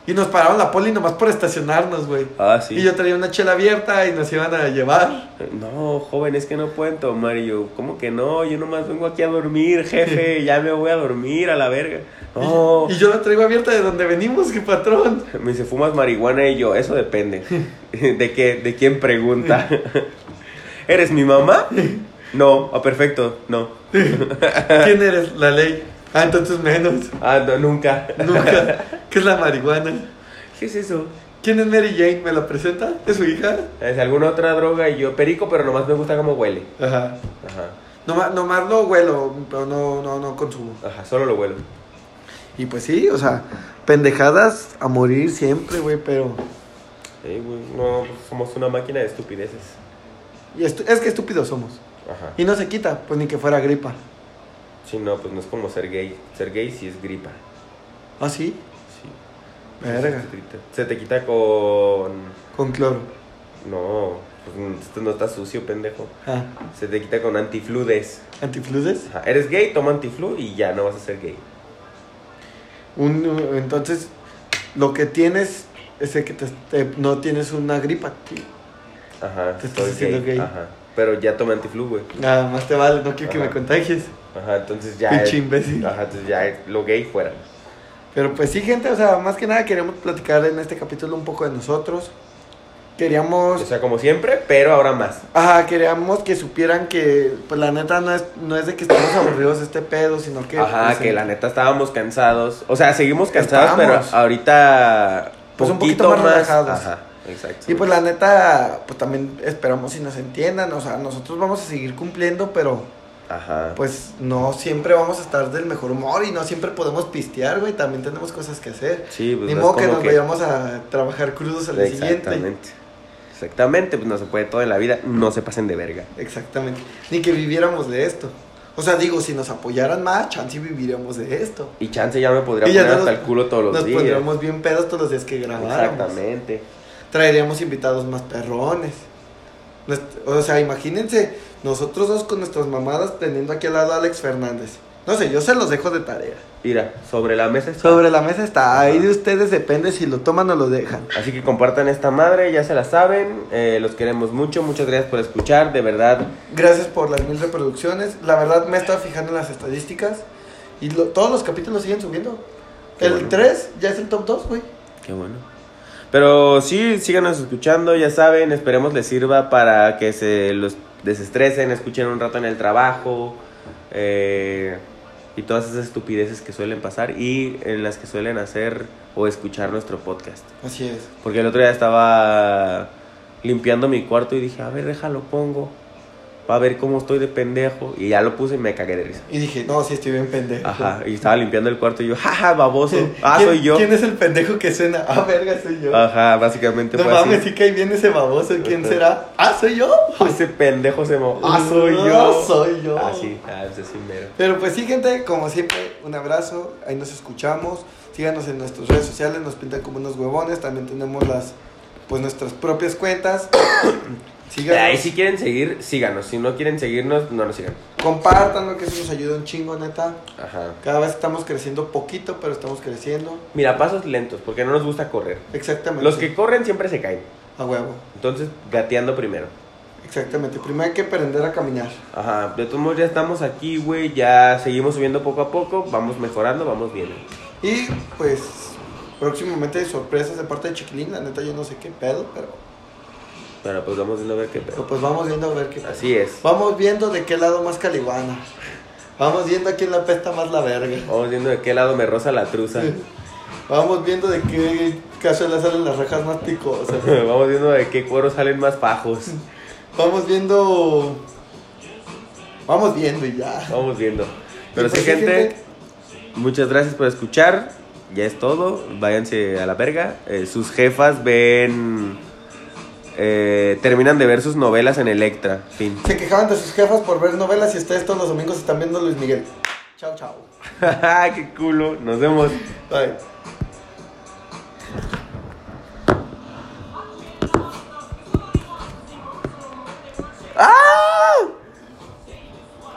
[SPEAKER 2] y nos pararon la poli nomás por estacionarnos, güey.
[SPEAKER 1] Ah, sí.
[SPEAKER 2] Y yo traía una chela abierta y nos iban a llevar.
[SPEAKER 1] No, joven, es que no pueden tomar. Y yo, ¿cómo que no? Yo nomás vengo aquí a dormir, jefe. Ya me voy a dormir a la verga. No.
[SPEAKER 2] Y yo la traigo abierta de donde venimos, que patrón.
[SPEAKER 1] Me dice, ¿fumas marihuana? Y yo, eso depende. ¿De qué? ¿De quién pregunta? ¿Eres mi mamá? No. Ah, perfecto, no.
[SPEAKER 2] ¿Quién eres? La ley. Ah, entonces menos.
[SPEAKER 1] Ah, no, nunca.
[SPEAKER 2] Nunca. ¿Qué es la marihuana?
[SPEAKER 1] ¿Qué es eso?
[SPEAKER 2] ¿Quién es Mary Jane? ¿Me la presenta? ¿Es su hija?
[SPEAKER 1] Es alguna otra droga y yo, perico, pero nomás me gusta cómo huele.
[SPEAKER 2] Ajá.
[SPEAKER 1] Ajá.
[SPEAKER 2] Nomás, nomás lo huelo, pero no, no, no consumo.
[SPEAKER 1] Ajá, solo lo huelo.
[SPEAKER 2] Y pues sí, o sea, pendejadas a morir siempre, güey, pero...
[SPEAKER 1] Sí, güey, no, pues, somos una máquina de estupideces.
[SPEAKER 2] y estu- es que estúpidos somos.
[SPEAKER 1] Ajá.
[SPEAKER 2] Y no se quita, pues ni que fuera gripa.
[SPEAKER 1] Sí, no, pues no es como ser gay. Ser gay sí es gripa.
[SPEAKER 2] ¿Ah, sí?
[SPEAKER 1] Sí.
[SPEAKER 2] Verga.
[SPEAKER 1] Se te quita, se te quita con...
[SPEAKER 2] Con cloro.
[SPEAKER 1] No, Pues, mm, esto no está sucio, pendejo.
[SPEAKER 2] Ah,
[SPEAKER 1] Se te quita con antifludes.
[SPEAKER 2] ¿Antifludes?
[SPEAKER 1] Ajá, Eres gay, toma antiflu y ya no vas a ser gay.
[SPEAKER 2] Un, un- entonces, lo que tienes es el que te- te- no tienes una gripa. tío.
[SPEAKER 1] Ajá.
[SPEAKER 2] Te estás
[SPEAKER 1] soy
[SPEAKER 2] haciendo gay.
[SPEAKER 1] Ajá. Pero ya toma antiflu, güey.
[SPEAKER 2] Nada más te vale, no quiero que
[SPEAKER 1] Ajá.
[SPEAKER 2] me contagies.
[SPEAKER 1] Ajá, entonces ya.
[SPEAKER 2] Pinche imbécil.
[SPEAKER 1] Ajá, entonces ya es lo gay fuera.
[SPEAKER 2] Pero pues sí, gente, o sea, más que nada queremos platicar en este capítulo un poco de nosotros. Queríamos...
[SPEAKER 1] O sea, como siempre, pero ahora más.
[SPEAKER 2] Ajá, queríamos que supieran que, pues la neta no es, no es de que estamos aburridos de este pedo, sino que...
[SPEAKER 1] Ajá,
[SPEAKER 2] pues,
[SPEAKER 1] que
[SPEAKER 2] en-
[SPEAKER 1] la neta estábamos cansados. O sea, seguimos cansados,
[SPEAKER 2] Estábamos.
[SPEAKER 1] pero ahorita.
[SPEAKER 2] Pues un poquito más relajados.
[SPEAKER 1] Ajá, exacto.
[SPEAKER 2] Y pues la neta, pues también esperamos si nos entiendan, o sea, nosotros vamos a seguir cumpliendo, pero
[SPEAKER 1] Ajá.
[SPEAKER 2] pues no siempre vamos a estar del mejor humor y no siempre podemos pistear, güey, también tenemos cosas que hacer.
[SPEAKER 1] sí, pues
[SPEAKER 2] Ni
[SPEAKER 1] no es
[SPEAKER 2] modo que
[SPEAKER 1] como
[SPEAKER 2] nos vayamos a trabajar crudos al día siguiente.
[SPEAKER 1] Exactamente. Exactamente, pues no se puede todo en la vida. No se pasen de verga.
[SPEAKER 2] Exactamente. Ni que viviéramos de esto. O sea, digo, si nos apoyaran más, chance y viviríamos de esto.
[SPEAKER 1] Y chance ya me podría
[SPEAKER 2] Y ya
[SPEAKER 1] poner
[SPEAKER 2] no
[SPEAKER 1] hasta
[SPEAKER 2] nos-
[SPEAKER 1] el culo todos los
[SPEAKER 2] Nos
[SPEAKER 1] días.
[SPEAKER 2] pondríamos bien pedos todos los días que grabáramos.
[SPEAKER 1] Exactamente.
[SPEAKER 2] traeríamos invitados más perrones. Nuest- O sea, imagínense, nosotros dos con nuestras mamadas teniendo aquí al lado a Alex Fernández. No sé, yo se los dejo de tarea.
[SPEAKER 1] Mira, sobre la mesa está.
[SPEAKER 2] Sobre la mesa está, ahí
[SPEAKER 1] Ajá.
[SPEAKER 2] de ustedes depende si lo toman o lo dejan.
[SPEAKER 1] Así que compartan esta madre, ya se la saben. eh, los queremos mucho, muchas gracias por escuchar, de verdad.
[SPEAKER 2] Gracias por las mil reproducciones. La verdad me estaba fijando en las estadísticas y lo- todos los capítulos siguen subiendo.
[SPEAKER 1] Qué
[SPEAKER 2] el
[SPEAKER 1] bueno.
[SPEAKER 2] 3 ya es el top 2, güey.
[SPEAKER 1] Qué bueno. Pero sí, síganos escuchando, ya saben, esperemos les sirva para que se los desestresen, escuchen un rato en el trabajo eh, y todas esas estupideces que suelen pasar y en las que suelen hacer o escuchar nuestro podcast.
[SPEAKER 2] Así es.
[SPEAKER 1] Porque el otro día estaba limpiando mi cuarto y dije, a ver, déjalo, pongo. Para ver cómo estoy de pendejo. Y ya lo puse y me cagué de risa.
[SPEAKER 2] Y dije, no, sí estoy bien pendejo.
[SPEAKER 1] Ajá, y estaba limpiando el cuarto y yo, jaja, baboso. Ah,
[SPEAKER 2] ¿Quién-
[SPEAKER 1] soy yo.
[SPEAKER 2] ¿Quién es el pendejo que suena? Ah, verga, soy yo.
[SPEAKER 1] Ajá, básicamente
[SPEAKER 2] No
[SPEAKER 1] fue así.
[SPEAKER 2] mames, sí que ahí viene ese baboso. ¿Quién
[SPEAKER 1] Ajá.
[SPEAKER 2] será? Ah, soy yo.
[SPEAKER 1] Ese pendejo se mojó. Ah,
[SPEAKER 2] Ah,
[SPEAKER 1] soy yo.
[SPEAKER 2] Soy yo.
[SPEAKER 1] Ah, sí, ah, pues así mero.
[SPEAKER 2] Pero pues sí, gente, como siempre, un abrazo. Ahí nos escuchamos. Síganos en nuestras redes sociales. Nos pintan como unos huevones. También tenemos las, pues nuestras propias cuentas. Síganos.
[SPEAKER 1] Ahí si quieren seguir, síganos. Si no quieren seguirnos, no nos sigan.
[SPEAKER 2] Compartanlo, que eso nos ayuda un chingo, neta.
[SPEAKER 1] Ajá.
[SPEAKER 2] Cada vez estamos creciendo poquito, pero estamos creciendo.
[SPEAKER 1] Mira, pasos lentos, porque no nos gusta correr.
[SPEAKER 2] Exactamente.
[SPEAKER 1] Los que corren siempre se caen.
[SPEAKER 2] A huevo.
[SPEAKER 1] Entonces, gateando primero.
[SPEAKER 2] Exactamente. Primero hay que aprender a caminar.
[SPEAKER 1] Ajá, de todos modos ya estamos aquí, güey, ya seguimos subiendo poco a poco, vamos mejorando, vamos viendo.
[SPEAKER 2] Y pues próximamente hay sorpresas de parte de Chiquilín, la neta yo no sé qué pedo, pero,
[SPEAKER 1] Pero pues vamos viendo a ver qué
[SPEAKER 2] pero
[SPEAKER 1] pedo.
[SPEAKER 2] pues vamos viendo a ver qué pasa.
[SPEAKER 1] Así es.
[SPEAKER 2] Vamos viendo de qué lado más caliguana. Vamos viendo a quién la pesta más la verga.
[SPEAKER 1] Vamos viendo de qué lado me roza la truza.
[SPEAKER 2] Vamos viendo de qué cazuela salen las rajas más picosas.
[SPEAKER 1] vamos viendo de qué cuero salen más fajos.
[SPEAKER 2] Vamos viendo. Vamos viendo y ya.
[SPEAKER 1] Vamos viendo. Pero
[SPEAKER 2] Y pues
[SPEAKER 1] sí, gente, muchas gracias por escuchar. Ya es todo. Váyanse a la verga. Eh, sus jefas ven... eh, terminan de ver sus novelas en Electra. Fin.
[SPEAKER 2] Se quejaban de sus jefas por ver novelas y ustedes todos los domingos están viendo Luis Miguel. Chao, chao.
[SPEAKER 1] ¡Qué culo! Nos vemos.
[SPEAKER 2] Bye.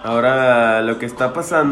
[SPEAKER 1] Ahora lo que está pasando...